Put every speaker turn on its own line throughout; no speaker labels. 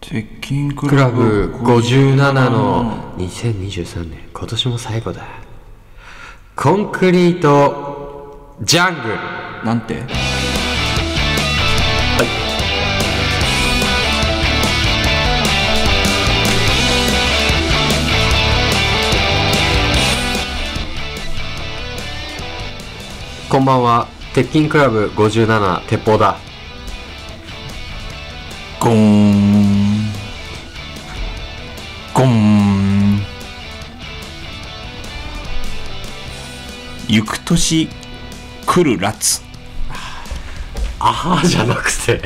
鉄筋ク
ク
ラ
ラ
ブ
ブ57の2023年今年も最後だコンクリートジャングル
なんて
こんばんは鉄筋クラブ57鉄砲だ
ゴーンゴーン行く年来るラツ
あはーじゃなくて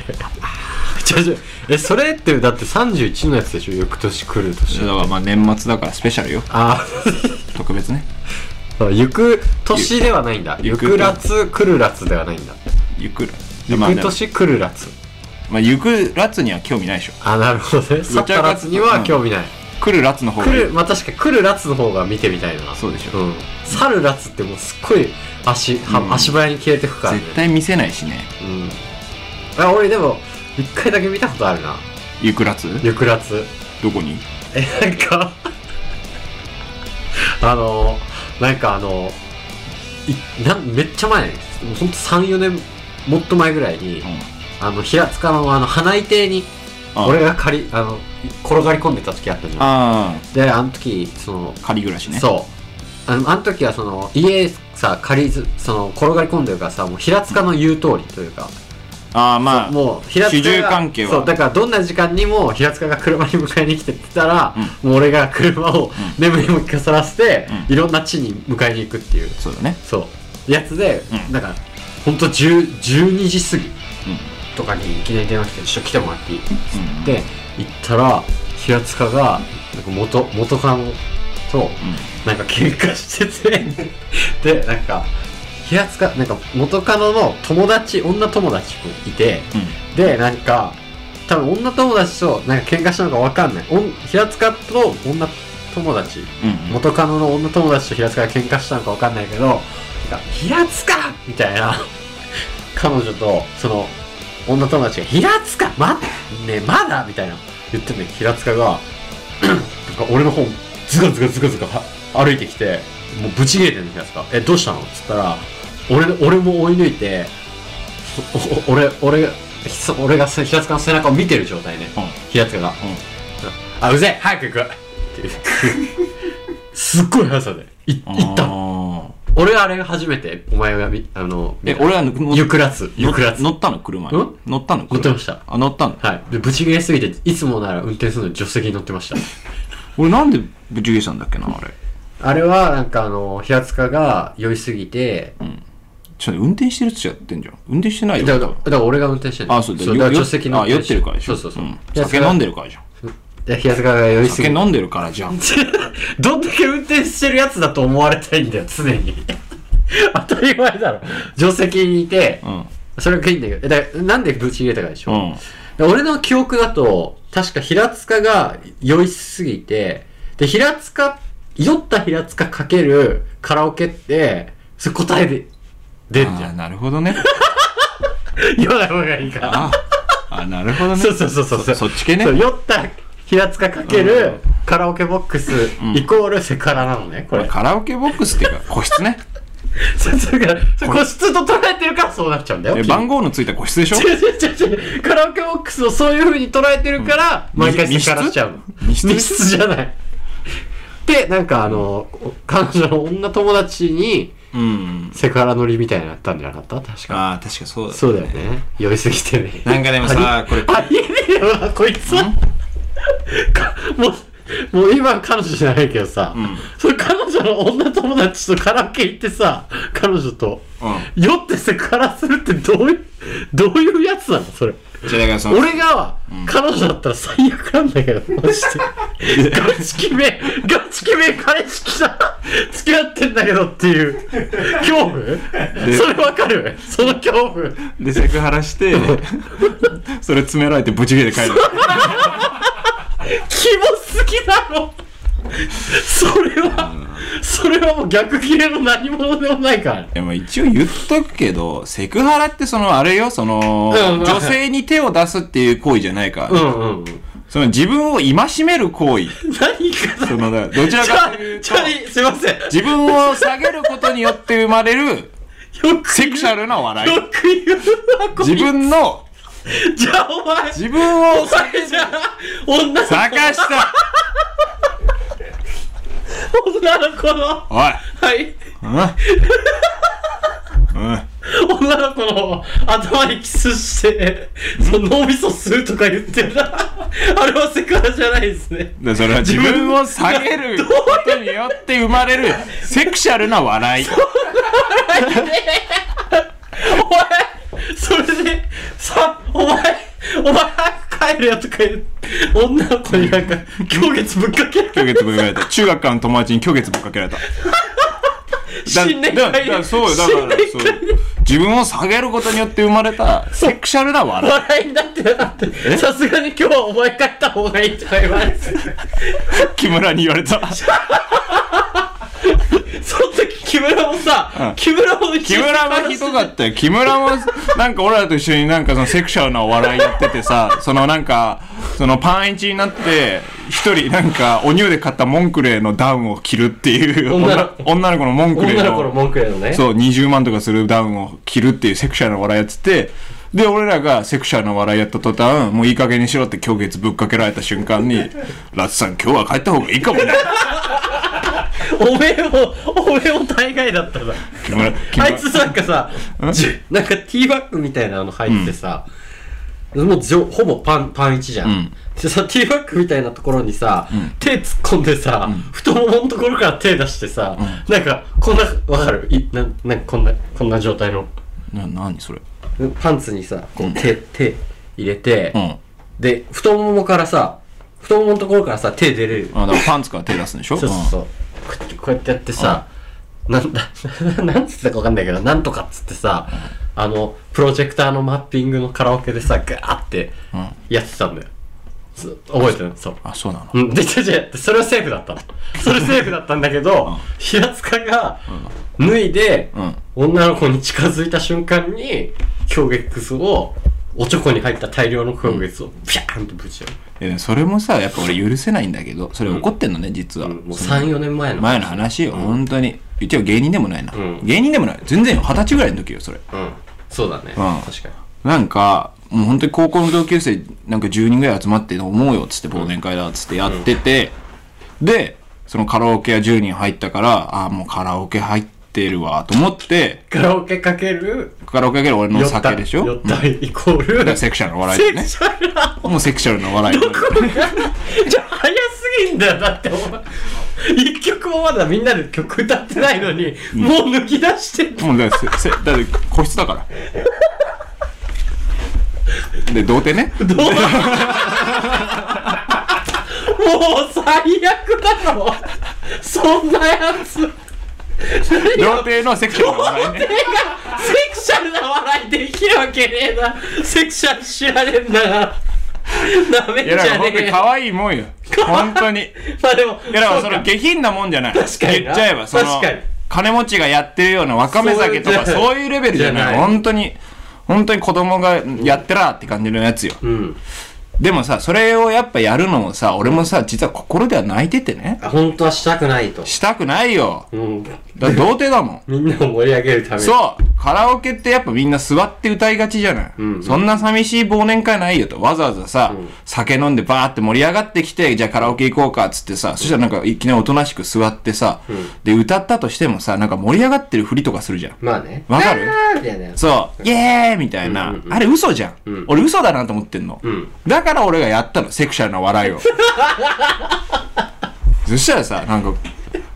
ちょちょえそれってだって31のやつでしょ翌年来る
だ
年
からまあ年末だからスペシャルよ
あ
特別ね
あ行く年ではないんだ
ゆ
行くらつ来るらつではないんだ
行く
行
まあ
く年来るらつ
まあ行くラツには興味ないでしょ
あなるほど ね去ったらつには興味ない、
来るラツの方がいい
来るまあ確かに来るラツの方が見てみたいな
そうでしょ
うん去るラツってもうすっごい足は、
うん
足早に消えてくからね
絶対見せないしね
うんあ俺でも一回だけ見たことあるな
行くラツ
ゆくラツ
どこに
えなんか あのなんかあのいなんめっちゃ前もうほんと34年もっと前ぐらいに、あの平塚のあの花井亭に
あ
俺が借りあの転がり込んでた時あったじゃん
あ
であの時その
あ仮暮らしね
そうあのあの時はその家さ借りずその転がり込んでるからさもう平塚の言う通りというか、
ああまあ
もう平
主
塚が
従関係は
そうだからどんな時間にも平塚が車に迎えに来てって言ったら、もう俺が車を眠りも聞かさらせて、いろんな地に迎えに行くっていう
そうだね
そうやつで、
うん
なんかほんと10 12時過ぎ
うん
とかにいきなり電話来て「一緒来てもらっていい?」っ
うん
て行ったら平塚がなんか元元カノとなんか喧嘩しててでなんか平塚なんか元カノの友達女友達もいて
うん
でなんか多分女友達となんか喧嘩したのかわかんないおん平塚と女友達
うん
元カノの女友達と平塚が喧嘩したのかわかんないけどなんか「平塚!」みたいな 彼女とその女友達が「平塚まねまだ!」みたいな言ってんのに平塚が なんか俺の方ズカズカズカズカは歩いてきてもうぶち切れてんの平塚「えどうしたの?」っつったら俺の俺も追い抜いておお俺俺がそ俺がそ平塚の背中を見てる状態ね、
うん
平塚があうぜえ早く行く っていうすっごい速さでい行った
あ
俺あれが初めてお前がみあの
ーえ俺は
の
の
ゆくらつゆ
の
くらつ
乗ったの車
うん
に乗ったの車
乗ってました
あ乗ったの
はいでぶち切れすぎていつもなら運転するのに助手席に乗ってました
俺なんでぶち切れたんだっけなあれ
あれはなんかあの平塚が酔いすぎて
ちょっと運転してるっつやってんじゃん運転してない
だ
よ
からだから俺が運転してる
あそう
だ
だ
そう
よ
だから
よ
助手席に乗
あ酔ってるからでしょ
そうそうそううん
酒飲んでるからじゃん
で平塚が酔いす
酒
ぎて
飲んでるからじゃん
どんだけ運転してるやつだと思われたいんだよ常に 当たり前だろ助手席にいて
うん
それがいいんだけどえだなんでぶち切れたかでしょ、
うん
で俺の記憶だと、確か平塚が酔いすぎて、で、平塚、酔った平塚かけるカラオケって、それ答えで出るじゃ
あー
ん。
なるほどね
言わない方がいいから。
ああなるほどね
そうそうそうそう
そっち系ね
そう酔った平塚かけるカラオケボックスイコールセカラなのね、こ
これ
れ。
カラオケボックスっていうか個室ね
そう それから、それ個室と捉えてるからそうなっちゃうんだよ。
え番号のついた個室でしょ
違う違う違う違うカラオケボックスをそういう風に捉えてるから、
うん
毎回
密
セカラしちゃうの
密室
密室じゃないでなんかあの、彼女の女友達に
うん
セカラ乗りみたいなのやったんじゃなかった確か
ああ確かそうだ
そうだよね酔いすぎてね
なんかでもさこれ
ありえねえよなこいつかもうもう今彼女じゃないけどさ、
ん
それ彼女の女友達とカラオケ行ってさ彼女と
う
酔ってセクハラするってどういうどういうやつなのそれ
んじゃあだからその
俺が、彼女だったら最悪なんだ けどマジでガチ決めガチ決め彼氏来た付き合ってんだけどっていう恐怖それわかるその恐怖
でセクハラして それ詰められてブチ切れて帰る
キモすぎだろそれはそれはもう逆切れの何者でもないから
でも一応言っとくけどセクハラってそのあれよその、
うん
女性に手を出すっていう行為じゃないから
う
ね、
んうん
その自分を戒める行為。
何か
その、だからどちら
ちゃ
かというと
ち、ょいすいません
自分を下げることによって生まれる
よく
セクシャルな笑い。
よく言うわこいつ
自分の、
じゃあお前
自分を
お前じゃあ女の子
探した
女の子の
おい
はい
うんうん
女の子の頭にキスして、その脳みそ吸うとか言ってる な。あれはセクハラじゃないですね。
でそれは自分を下げることによって生まれるセクシャルな笑い。
お前、それで、さ、お前、お前早く帰れよとか言って、女の子になんか、狂月ぶっかけら
虚
れる。
月ぶっかけられた。中学からの友達に虚月ぶっかけられた。だ
新年
だ
会
だ
で、
そうよだから
新年
そう
会で
自分を下げることによって生まれたセクシャルな笑い
笑いになってなかった。さすがに今日はお前帰った方がいいとか言われて。
木村に言われた
その時木村もさ
う、ん
木村も木
木村もひどかったよ木村もなんか俺らと一緒になんかそのセクシャルなお笑いやっててさそのなんかそのパンイチになって一人なんかお乳で買ったモンクレーのダウンを着るっていう
女
女
の
女の子のモンクレー
女の子の文句やのね。
そう、20万とかするダウンを着るっていうセクシャルな笑いやってて、で、俺らがセクシャルな笑いやった途端、もういい加減にしろって狂月ぶっかけられた瞬 間に、ラッツさん今日は帰った方がいいかもね。
おめえも、 おめえも大概だったな。
木村、木
あ
村
いつなんかさ、じゅなんかティーバッグみたいなの入ってさ、もうじょほぼパン、パン一じゃん。
ん
でさ、ティーバッグみたいなところにさ、手突っ込んでさ、太もものところから手出してさ、なんか、こんな、わかるいなんなんかこんな、こんな状態の。
な、なにそれ。
パンツにさ、こう手、手入れて、
うん。
で、太ももからさ、太もものところからさ、手出れる。
あ、だからパンツから手出すんでしょ
そうそうそう。こうやってこうやってやってさ、なんだ、 なんつったかわかんないけど、なんとかっつってさ、あの、プロジェクターのマッピングのカラオケでさ、ガーって
ん
やってたんだよ。そう覚えてるそう。
うんあ、そうなの。
うん、で、違う違う、それはセーフだったの。それセーフだったんだけど、平塚が脱いで、
うん
女の子に近づいた瞬間に、狂月を、おちょこに入った大量の狂月を、ピャーンとぶち
いやでもそれもさ、やっぱ俺許せないんだけど、それ怒ってんのね、実は。
上げる。もう
その
3、4年前の。
前の話よ、本当に。一応芸人でもないな。
ん
芸人でもない。全然よ二十歳ぐらいの時よ、それ。
うん。そうだね。
うん
確かに。
なんか、もう本当に高校の同級生、なんか10人ぐらい集まって飲もうよっつって忘年会だっつってやってて、で、そのカラオケは10人入ったから、ああ、もうカラオケ入ってるわと思って、
カラオケかける
カラオケかける俺の酒でしょ
酔った酔ったイコール、
うんセクシャルな笑い
セ
で
ク
ね。
シャルな
もうセクシャルな笑い。
じゃあ早すぎんだよだってお前一曲もまだみんなで曲歌ってないのに、もう抜き出してんだ
もうだってせせだって個室だから。で、童貞ね。
どうもう最悪だろそんなやつ何
童
が
貞のセクシャルな笑いね。
セクシャルな笑いできるわけねえなセクシャル知られんならダメ
い
じ
や、だから
ゃ
本当
ね
に
え
可愛いもんよ。本当に。
まあでも
いやだから
う
その下品なもんじゃない
確かにな
言っちゃえばその
確かに
金持ちがやってるようなわかめ酒とか
そういう
そういうレベルじゃない
じゃない
本当に本当に子供がやってらーって感じのやつよ、
うん
でもさそれをやっぱやるのもさ俺もさ実は心では泣いててね
あ本当はしたくないと。
したくないよ
うん。
だって童貞だもん
みんなを盛り上げるために。
そうカラオケってやっぱみんな座って歌いがちじゃない、
ん
そんな寂しい忘年会ないよとわざわざさ、
うん
酒飲んでバーって盛り上がってきてじゃあカラオケ行こうかっつってさそしたらなんかいきなりおとなしく座ってさ、
ん
で歌ったとしてもさなんか盛り上がってるふりとかするじゃん
まあね。
わかる
あーみたいなやつ。
そう、イエーイみたいな、あれ嘘じゃん,、
ん
俺嘘だなと思ってんの、
ん
だから俺がやったの、セクシャルな笑 いを。そしたらさ、なんか、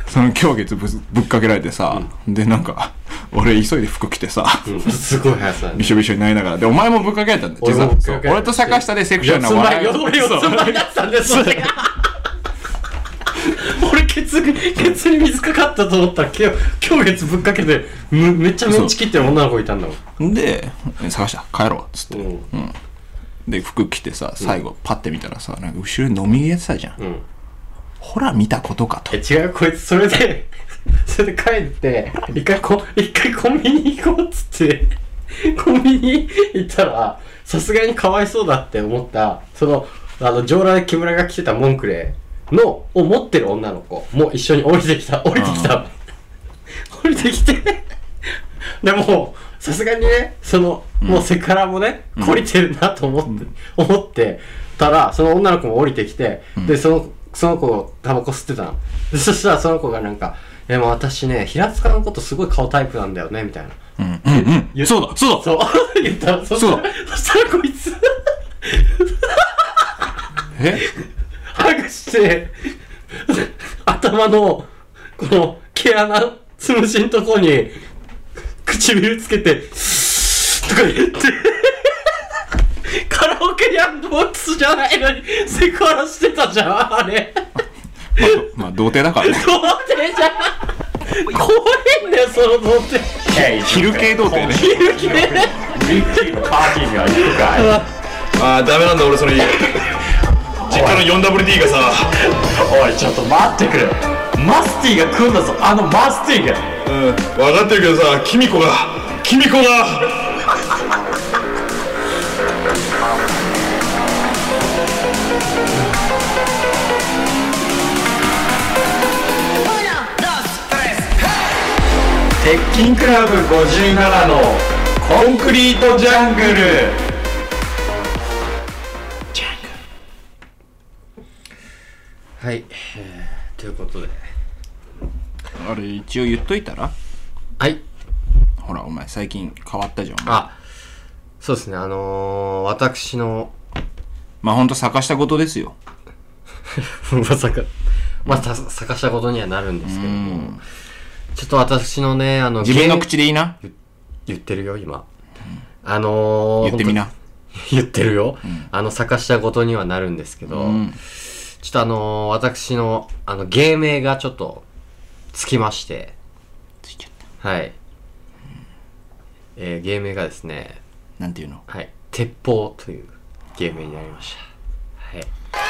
その狂月ぶぶっかけられてさ、で、なんか、俺急いで服着てさ、
うんすごい速さだ
び
ね。
しょびしょになりながら、で、お前もぶっかけられたんだよ、
俺
実
も
は
ぶっ。かけ
そ
ら
う
れた
俺と坂下でセクシャルな笑い
四つん這い俺四つん這いだったんだよ、それが。 俺、ケツ、ケツに水かかったと思ったら、今日、今月ぶっかけて、むめっちゃメンチ切ってる女の子いたんだもん。
そうで、坂下、帰ろう、つって。
うん。
で、服着てさ、最後、パッて見たらさ、なんか後ろに飲み入れてたじゃん。
うん。
ほら、見たことかと
え、。違う、こいつ、それで、 それで帰って、一回こ、一回コンビニ行こうっつって、 コンビニ行ったら、さすがにかわいそうだって思った、その、あの上裸で木村が着てたモンクレーのを持ってる女の子も一緒に降りてきた降りてきた降りてきてでもさすがにねその、もうセクハラもね懲りてるなと思って、思ってたらその女の子も降りてきて、でそのその子タバコ吸ってたのでそしたらその子がなんか「えもう私ね平塚のことすごい顔タイプなんだよね」みたいな
うんうんうん。
言う
そうだ、そうだ。
そう 言ったらそしたらそしたらこいつ
え
ハグして、頭の、この、毛穴、つむじんとこに、唇つけて、とか言って、カラオケやんボックスじゃないのに、セクハラしてたじゃん、あれ。
まあ、童貞だからね。
童貞じゃん。怖いんだよ、その童貞。
昼系童貞ね。
勇気ね。
ミッキーのパーティーには行くかい
あーダメなんだ俺それ言う実家の 4WD がさ
おいちょっと待ってくれマスティが来んだぞあのマスティが
うん分かってるけどさキミコがキミコが
鉄筋クラブ57のコンクリートジャングル
はい、えーということで。
あれ、一応言っといたら
はい。
ほら、お前、最近変わったじゃん。お前
あ、そうですね、あのー、私の、
まあ、ほんと、探したことですよ。
まさか。まあ、た、探したことにはなるんですけども。ちょっと私のね、あの、
自分の
現
口でいいな。
言ってるよ、今。あのー、
言ってみな
本。当。 言ってるよ。あの、探したことにはなるんですけど、
うん。
ちょっとあのー、私の、あの、芸名がちょっと、つきまして、
ついちゃった。
はい。えー、芸名がですね、
なんていうの
はい、鉄砲という芸名になりました。は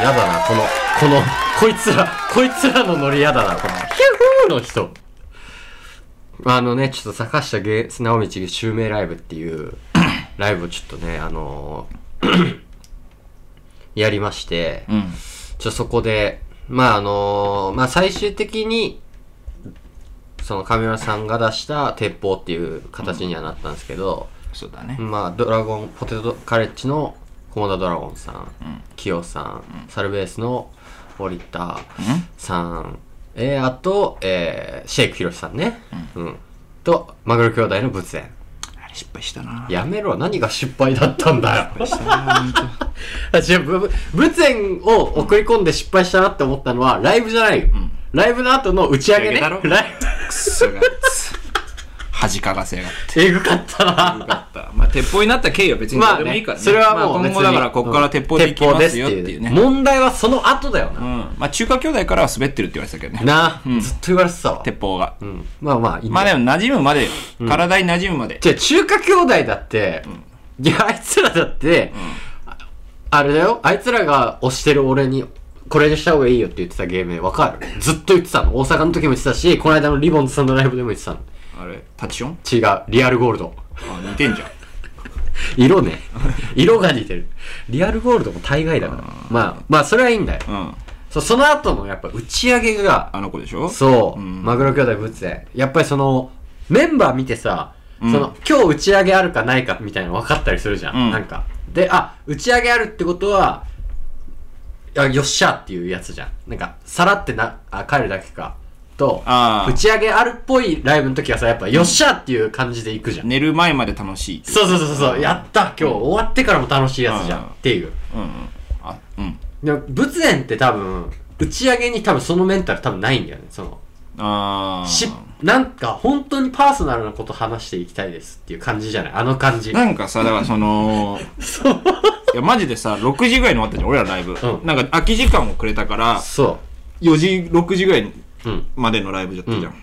い。やだな、この、この、こいつら、こいつらのノリやだな、この、ヒューフーの人。あのね、ちょっと坂下芸、直道襲名ライブっ ていう、ライブをちょっとね、あのー やりまして、
うん。
ちょ、そこで、まあ、あのまあ、最終的に、その上村さんが出した鉄砲っていう形にはなったんですけど、
そうだね。
まあ、ドラゴン、ポテトカレッジの駒田ドラゴンさん、キヨさん、サルベースの堀田さん、えーあと、えーシェイクヒロシさんね、うん、と、マグロ兄弟の仏縁。
あれ、失敗したな。
やめろ、何が失敗だったんだ よ。
失敗したな。ほんと
私ぶぶ仏縁を送り込んで失敗したなって思ったのはライブじゃないよ、ライブの後の打ち上げね
打ち上げだろ
ライ
くそがつ。恥かかせやがって。
ブえぐかったな
かった。まあ、鉄砲になった経緯は別にどうでもいいから、
それはもう
まあ
別
今
に、
後だから、ここから鉄砲でいきますよっていうね。
鉄砲です問題はその後だよ
う
な、
ん。まあ、中華兄弟からは滑ってるって言われてたけどね。
なあ、ずっと言われてたわ、
鉄砲が。
うん、まあまあいいん
まあ
だよ
でも、馴染むまでよ。体に馴染むまで。
じゃあ中華兄弟だって、いやあいつらだって、ああれだよあいつらが推してる俺にこれにした方がいいよって言ってた芸名わかるずっと言ってたの大阪の時も言ってたしこの間のリボンズさんのライブでも言ってたの
あれタチション
違うリアルゴールド
あ、似てんじゃん。
色ね色が似てるリアルゴールドも大概だからまあまあそれはいいんだよ
うん。
そうその後のやっぱ打ち上げが
あの子でしょ
そう、
ん
マグロ兄弟仏演やっぱりそのメンバー見てさ、その今日打ち上げあるかないかみたいなの分かったりするじゃん、
うん
なんかであ打ち上げあるってことはあよっしゃっていうやつじゃんなんかさらってなあ帰るだけかと
あー
打ち上げあるっぽいライブの時はさやっぱよっしゃっていう感じで行くじゃん
寝る前まで楽しい。
そうそうそうそう、やった今日終わってからも楽しいやつじゃん、
うん
っていう。
うんうん。あ、うん。
でも仏縁って多分、打ち上げに多分そのメンタル多分ないんだよね。その、
あ
し
ー。、
なんか本当にパーソナルなこと話していきたいですっていう感じじゃないあの感じ。
なんかさ、だからその、いや、マジでさ、6時ぐらいに終わったじゃん、俺らライブ。
うん
なんか、空き時間をくれたから、
そ
4時、6時ぐらい
うん。うん。
までのライブだったじゃん。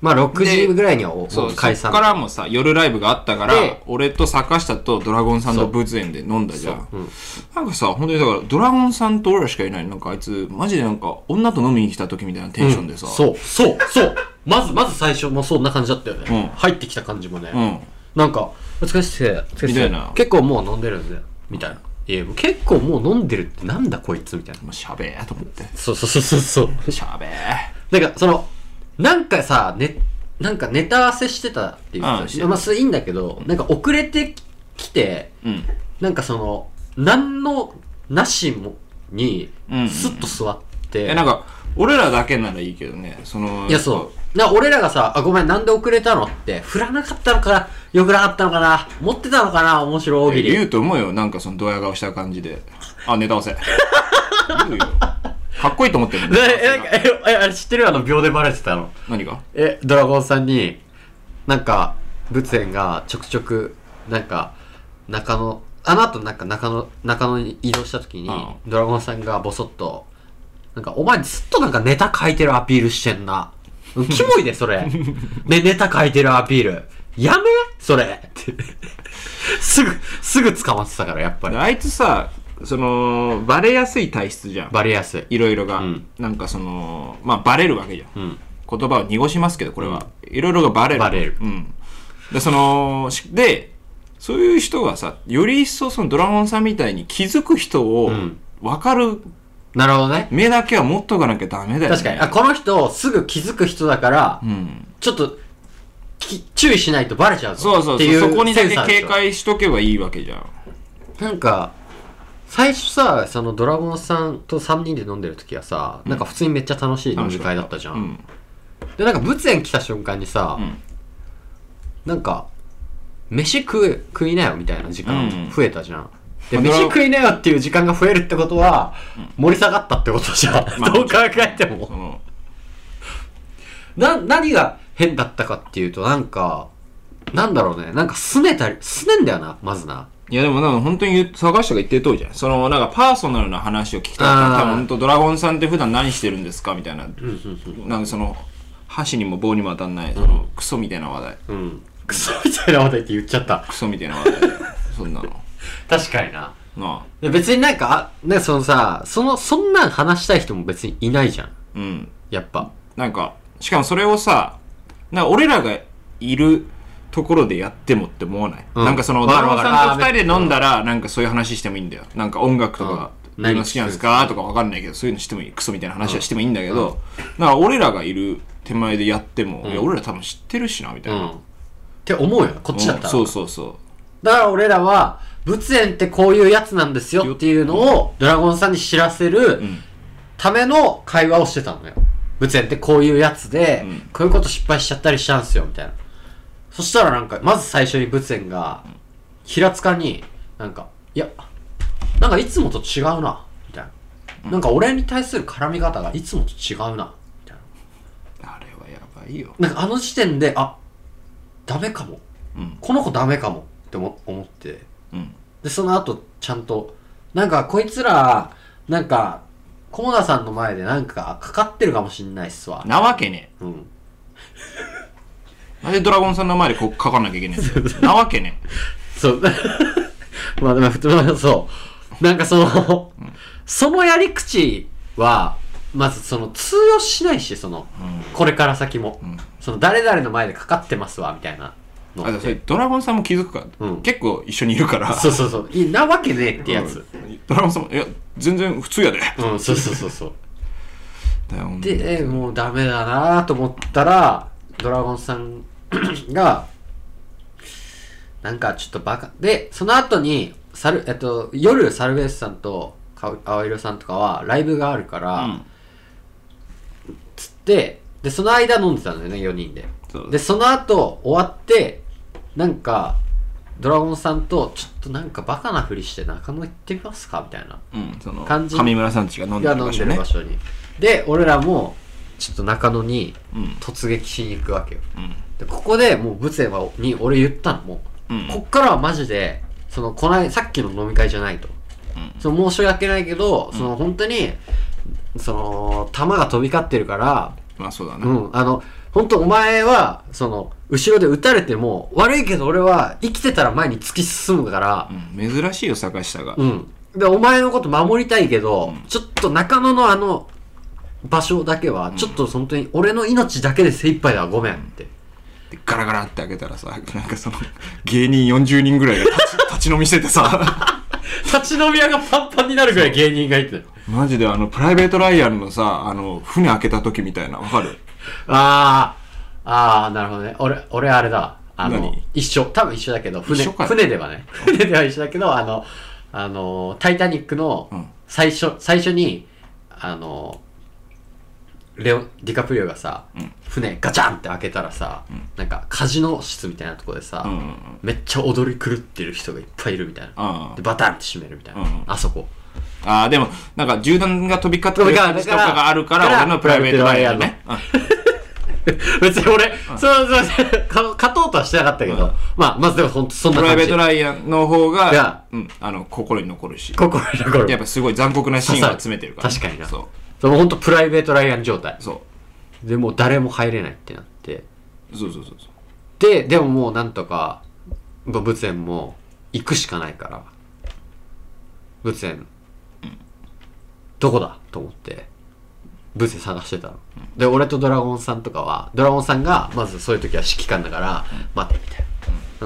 まあ6時ぐらいにはお
そ
も
う
う
そ
解
っ
散。
からもさ夜ライブがあったから
で
俺と坂下とドラゴンさんの仏園で飲んだじゃん、
うん。
なんかさ本当にだからドラゴンさんと俺らしかいないなんかあいつマジでなんか女と飲みに来た時みたいなテンションでさ、
そう、そう、そう。まず、まず最初もそんな感じだったよね。
うん
入ってきた感じもね。
うん
なんか、お疲れっす。お疲れっす
みたいな
結構もう飲んでるんで、みたいな。いや、結構もう飲んでるってなんだこいつみたいな。
もうしゃべえと思って。
そうそうそうそうそう。
しゃべえ。
なんかそのなんかさ、ね、なんかネタ合わせしてたっていう
うん
か
してた
まあそれいいんだけどなんか遅れてきて
うん。
なんかその何のなしもに
うん
スッと座って、
え、なんか、俺らだけならいいけどね、その、
いやそうな俺らがさ「あごめんなんで遅れたの?」って振らなかったのかなよくなかったのかな持ってたのかな面白い大喜
え
利
言うと思うよなんかそのドヤ顔した感じであネタ合わせ言うよかっこいいと思ってるもん
で えなんかええあれ知ってるあの秒でバレてたの
何が
えドラゴンさんになんか仏縁がちょくちょくなんか中野あの後なんか中野中野に移動した時に
う
ドラゴンさんがボソッとなんかお前ずっとなんかネタ書いてるアピールしてんなうんキモいでそれねネタ書いてるアピールやめそれってすぐすぐ捕まってたからやっぱり
あいつさそのバレやすい体質じゃん
バレやすい
いろいろが、
ん
なんかそのまあバレるわけじゃん、
ん
言葉を濁しますけどこれはいろいろがバレる
バレる
うん、でそのしでそういう人がさより一層そのドラゴンさんみたいに気づく人を
ん
分かる
なるほどね
目だけは持っとかなきゃダメだよね
確かにあこの人すぐ気づく人だから、
うん
ちょっとき注意しないとバレちゃうぞ
そうそう
って
そ
いうう
そこにだけ
センサーでし
警
ょ
戒しとけばいいわけじゃん
なんか最初さそのドラゴンさんと3人で飲んでる時はさ、なんか普通にめっちゃ楽しい飲み会だったじゃん、
うん
でなんか仏園来た瞬間にさ、
ん
なんか飯食え食いなよみたいな時
う
間
ん
増えたじゃん、で
まあドラ
飯食いなよっていう時間が増えるってことは、盛り下がったってことじゃん、
まあ
どう考えても
その
な何が変だったかっていうとなんかなんだろうねなんか拗ねたり拗ねんだよなまずない
やでもなんか本当に言う探したが言ってる通りじゃんそのなんかパーソナルな話を聞きたかった
あー
多分本当ドラゴンさんって普段何してるんですかみたいななんかその箸にも棒にも当たんないそのクソみたいな話題
うんクソみたいな話題って言っちゃった
クソみたいな話題だよそんなの
確かにな
なあ
で別になんかあねそのさそのそんなん話したい人も別にいないじゃん
うん
やっぱ
なんかしかもそれをさなんか俺らがいるところでやってもって思わない、
うん
なんかその
わ
ド
かる
ラ
わ
ゴン
かる
さんと2人で飲んだらなんかそういう話してもいいんだよなんか音楽とか
うん
どういうの好
何
きなんですかとかわかんないけどそういうのしてもいいクソみたいな話はしてもいいんだけど、なんか俺らがいる手前でやっても、いや俺ら多分知ってるしなみた
う
いな、
んって思うよこっちだったら
そうそうそう
だから俺らは仏縁ってこういうやつなんですよっていうのをドラゴンさんに知らせる
ん
ための会話をしてたのよ仏縁ってこういうやつで、
うん
こういうこと失敗しちゃったりしたんすよみたいなそしたらなんかまず最初に仏縁が平塚になんか「いやなんかいつもと違うな」みたいななんか俺に対する絡み方がいつもと違うなみたいな
あれはやばいよ
なんかあの時点で、あ、ダメかも。
うん
この子ダメかもって思思って。
うん
で、その後、ちゃんと、なんかこいつら、なんか、菰田さんの前でなんかかかってるかもしんないっすわ。
なわけね
うん。
えなんでドラゴンさんの前でこう書かなきゃいけないん だよなわけねえ
そう。 まあでも普通の、そう。なんかその、そのやり口は、まずその通用しないし、その、これから先も、その誰々の前でかかってますわ、みたいなの
あ
って
でもそれドラゴンさんも気づくから、
うん
結構一緒にいるから
そうそうそう。いいなわけねえってやつ。
ドラゴンさんもいや全然普通やで
うん、そうそうそうそう。
だよ本当に
で、えもうダメだなと思ったら、ドラゴンさん が、なんかちょっとバカ。で、その後に、サル、えっと、夜、サルベースさんと、か青色さんとかは、ライブがあるから、
うん
つって、で、その間飲んでたんだよね、4人で。
そう
で、その後、終わって、なんか、ドラゴンさんと、ちょっとなんかバカなふりして中野行ってみますかみたいな。
うん、その
感じ
上村さんちが飲んで
が
る
飲
場
んで
所
る
ね
場所に。で、俺らも、ちょっと中野に
うん
突撃しに行くわけよ。
うん
で、ここでもう、仏はに俺言ったの、もう。
うん
こっからはマジで、その、こない、さっきの飲み会じゃないと。
うん
その、申し訳ないけど、その、本当に、その、弾が飛び交ってるから、
まあそうだな、
うん、あの、本当お前は、その、後ろで撃たれても、悪いけど俺は生きてたら前に突き進むから、
うん、珍しいよ坂下が、
うん。で、お前のこと守りたいけど、ちょっと中野のあの、場所だけは、ちょっと本当に俺の命だけで精一杯だわ、ごめんって
でガラガラって開けたらさなんかその芸人40人ぐらいが 立ち立ち飲みしててさ
立ち飲み屋がパンパンになるぐらい芸人がいて
マジであのプライベート・ライアンのさあの船開けた時みたいなわかる
ああああなるほどね俺俺あれだあの
何
一緒多分一緒だけど船
一緒かい
船ではね船では一緒だけどあのあの「タイタニック」
ん
の最初、最初にあのレオディカプリオがさ、船ガチャンって開けたらさ、なんかカジノ室みたいなとこでさ、
うんうんうん
めっちゃ踊り狂ってる人がいっぱいいるみたいな、
うん
でバタンって閉めるみたいな、
うん
あそこ
ああでもなんか銃弾が飛び交ってる感じとかがあるから
だから
俺のプライベート・ライアンねうん
別に俺、そうそうそうか勝とうとはしてなかったけど、まあまずでも本当そんな
プライ
感
ベー
じ
ト・ライアンの方
いや
が、うん、あの心に残るし
心に残
やっ
る
ぱすごい残酷なシーンを
刺さる
詰めてるから、
確かにな
そう
でも本当プライベートライアン状態
そ
でもう誰も入れないってなって
うそうそうそうそう
ででももうなんとかまあ仏園も行くしかないから仏園どこだと思って仏園探してたので俺とドラゴンさんとかはドラゴンさんがまずそういう時は指揮官だから待てみた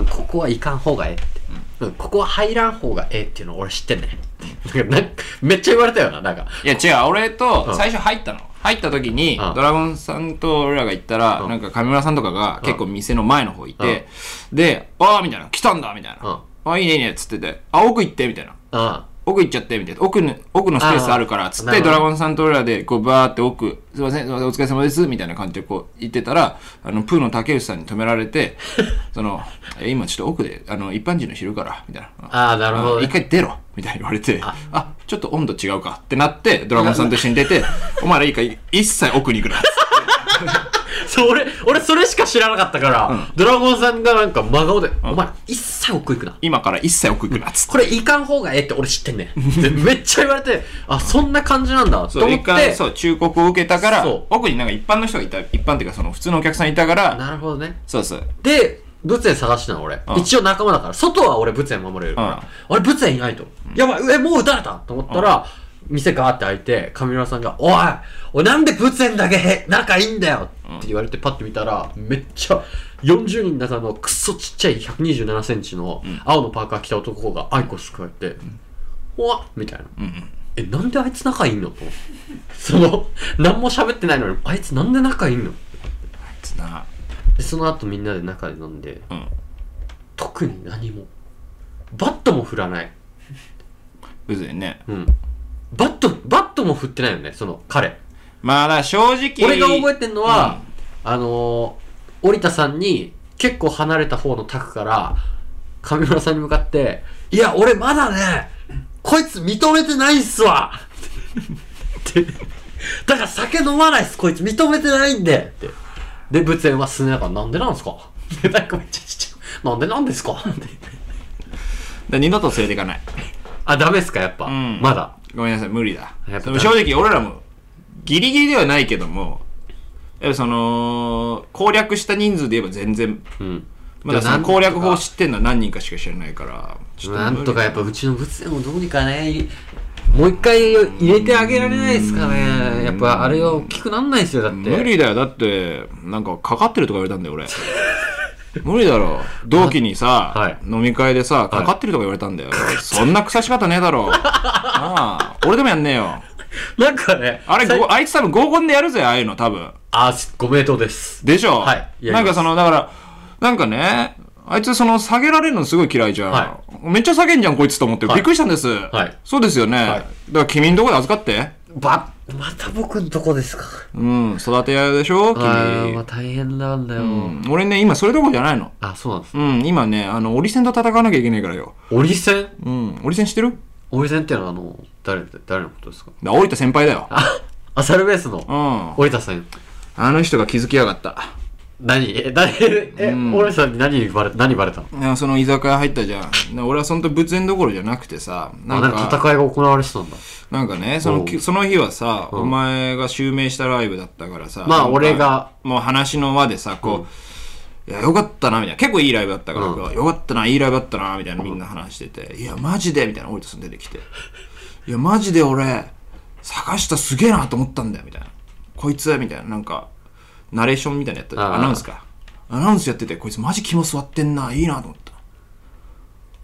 いな、ここは行かん方がええって、うんここは入らん方がええっていうの俺知ってんねんなんかなんかめっちゃ言われたよななんか
いや違う俺と
ん
最初入ったの、入った時に、
うん
ドラゴンさんと俺らが行ったら、なんか上村さんとかが結構店の前の方いて、で「ああ」みたいな「来たんだ」みたいな「あいいねいいね」っつってて「あ奥行って」みたいな
うん
「奥行っちゃって」みたいな「奥の奥のスペースあるから」っつっ
あーな
て
るほ
ド
ど
ラゴンさんと俺らでこうバーって奥「すいませんすいませんお疲れ様です」みたいな感じでこう行ってたらあのプーの竹内さんに止められ て「そのえ今ちょっと奥であの一般人の知るから」みたいな。
ああなるほど、
一
ね、
回出ろみたいに言われてあちょっと温度違うかってなってドラゴンさんと一緒に出 てお前らいいか一切奥に行くな
そう俺俺それしか知らなかったから、ドラゴンさんがなんか真顔で「お前一切奥行くな」
今から一切奥行くなっ つって
これいかん方がええって俺知ってんねん。でめっちゃ言われて、あ、そんな感じなんだと
そう
思
一
って
回、そう忠告を受けたから
そう
奥になんか一般の人がいた一般っていうかその普通のお客さんいたから
なるほどね。
そうそう
で、仏園探してたの俺、
ん
一応仲間だから、外は俺仏園守れるから、あれ仏園いないと。やばい、え、もう撃たれたと思ったら、店ガーって開いて、上村さんが、おいおいなんで仏園だけへ仲いいんだよって言われてパッて見たら、めっちゃ、40人の中のクソちっちゃい127センチの青のパーカー着た男がアイコス加えて、おわっみたいな。え、なんであいつ仲いいのと思って。その、何も喋ってないのに、あいつなんで仲いいの
つな
でその後みんなで中で飲んで、
うん
特に何もバットも振らない、
うずいね
うん、バットバットも振ってないよねその彼
まあだから正直
俺が覚えてんのは、あのー、織田さんに結構離れた方の卓から上村さんに向かって「いや俺まだねこいつ認めてないっすわ!」ってだから酒飲まないっすこいつ認めてないんでってで仏園はすねながら「なんでなんすか?」で なんかめっちゃちっちゃい「なんでなんですか?」って
だ二度と連れていかない
あダメっすかやっぱ、
ん
まだ
ごめんなさい無理だ
やっぱ
でも正直俺らもギリギリではないけどもやっぱその攻略した人数で言えば全然
うん
まだその攻略法を知ってんのは何人かしか知らないからちょっ無
な
理
んとかやっぱうちの仏園をどうにかねもう一回入れてあげられないですかねやっぱあれは大きくなんないですよだって
無理だよだってなんかかかってるとか言われたんだよ俺 無理だろ同期にさ、
はい
飲み会でさかかってるとか言われたんだよ、そんな腐し方ねえだ ろなあ俺でもやんねえよ
なんかね
あれ
さい
ごあいつ多分合コンでやるぜああいうの多分
あすご名答です
でしょ、
はいやりま
な
す
んかそのだからなんかねあいつその下げられるのすごい嫌いじゃん、
は
めっちゃ下げんじゃんこいつと思って、
はい
びっくりしたんです、
い
そうですよね、
い
だから君んとこで預かって
ばまた僕のとこですか
うん育て屋でしょ君、
あーまあ大変なんだよ、
うん俺ね今それどころじゃないの
あそうなんです
うん今ねあの折り線と戦わなきゃいけないからよ
折り線
うん折り線してる
折り線っていうのはあの誰誰のことですか
だ折田先輩だよ
あアサルベース
う
の
ん
折田さん
あの人が気づきやがった
何え誰え折田さんに何バレ何バレたの
いやその居酒屋入ったじゃんな俺はそんと仏縁どころじゃなくてさな
あ
ん
な
か
んか戦いが行われてたんだ
なんかねその
うん
その日はさ、お前が襲名したライブだったからさ
まあ
なんか
俺が
もう話の輪でさこう、いやよかったなみたいな結構いいライブだったから、
うん
よかったないいライブだったなみたいなみんな話してて、いやマジでみたいな俺とさん出てきていやマジで俺探したすげえなと思ったんだよみたいなこいつみたいななんかナレーションみたいなのやったじゃん
ああ
アナウンスかアナウンスやってて、こいつマジ肝座ってんな、いいなと思った。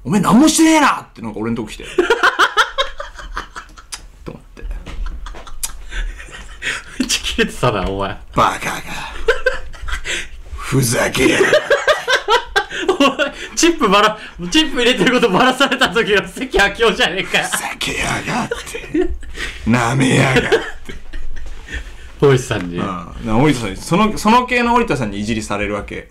おめえ何もしてねえなってなんか俺のとこ来て。 と思って。
めっちゃ切れてたな、お前。
バカが。ふざけやがって
お前、チップばら、チップ入れてることばらされた時の関明夫じゃねえかよ。
ふざけやがって。舐めやがって。
大石さんに。
うんな折田さんにその、その系の折田さんにいじりされるわけ。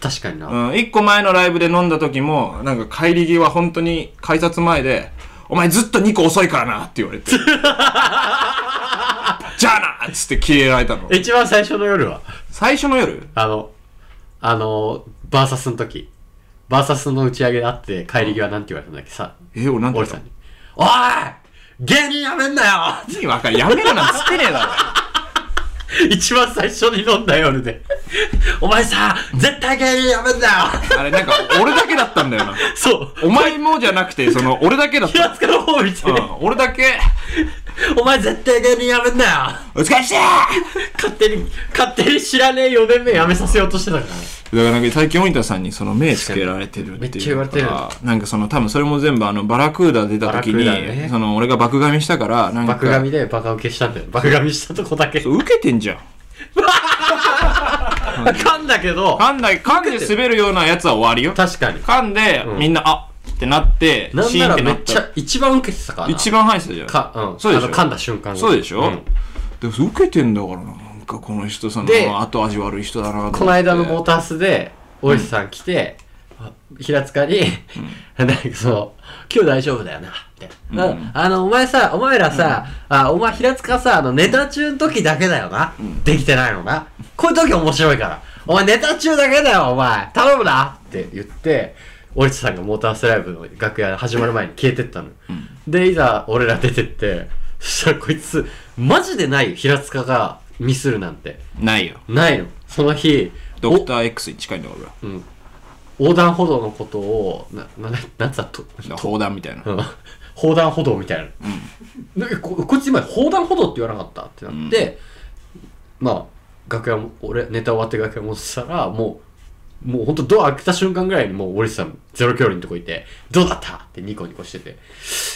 確かにな。
うん、一個前のライブで飲んだ時も、なんか帰り際本当に改札前で、お前ずっと2個遅いからなって言われ て。じゃあなっつって消えられたの。
一番最初の夜は、
最初の夜
あの、あの、バーサスの時、バーサスの打ち上げであって、帰り際なんて言われたんだっけさ、
え、俺なんて
大
言
石
っ
さ
た
んに。おい芸人やめんなよ
意味わかんないやめろなんつってねえだろ。
一番最初に飲んだ夜で。 お前さ、絶対芸人やめんなよ
あれなんか俺だけだったんだよな。
そう。
お前もじゃなくて、その俺だけだっ
気
た。
がつかの方見て、
うん、俺だけ、
お前絶対芸人やめんなよ
お疲れっした
勝手に、勝手に知らねえ4年目やめさせようとしてたからね。
だからなんか最近森田さんにその目つけられてるっていう
めっちゃ言われてる
なんかその多分それも全部あのバラクーダ出た時に、
バラクーダね
その俺が爆髪したからなんか
爆髪でバカ受けしたんだよ。 爆髪したとこだけ。
受けてんじゃん
噛んだけど、
噛んだ噛んで滑るようなやつは終わりよ
確かに。
噛んで、
ん
みんなあってなって
なん
シーン
な
っ
ら
て
め
な
っ
っ
ち
たら
ゃ、一番受けてたからな。
一番反射じゃん
か、うん。
そうでしょ
あの噛んだ瞬間が
そうでしょ、
ん
で受けてんだからななんかこの人その
で
後味悪い人だなと思って
この間のモータースで、大石さん来て、あ平塚に、 なんかその、今日大丈夫だよな、って。ああの、お前さ、お前らさ、あ、お前平塚さ、あの、ネタ中の時だけだよな。できてないのな。こういう時面白いから。お前ネタ中だけだよ、お前。頼むなって言って、大石さんがモータースライブの楽屋始まる前に消えてったの。で、いざ、俺ら出てって、そしたらこいつ、マジでないよ平塚がミスるなんて。
ないよ
ないの。その日、
ドクター X に近いんだから俺は
お横断歩道のことを、な、な、ななんつったと、
だから砲弾みたいな
うん横断歩道みたいな。でここっち今、横断歩道って言わなかったってなって、まあ、楽屋も、俺、ネタ終わって楽屋戻ってたら、もう、もうほんとドア開けた瞬間ぐらいにもう、俺さん、ゼロ距離のとこいて、どうだったってニコニコしてて、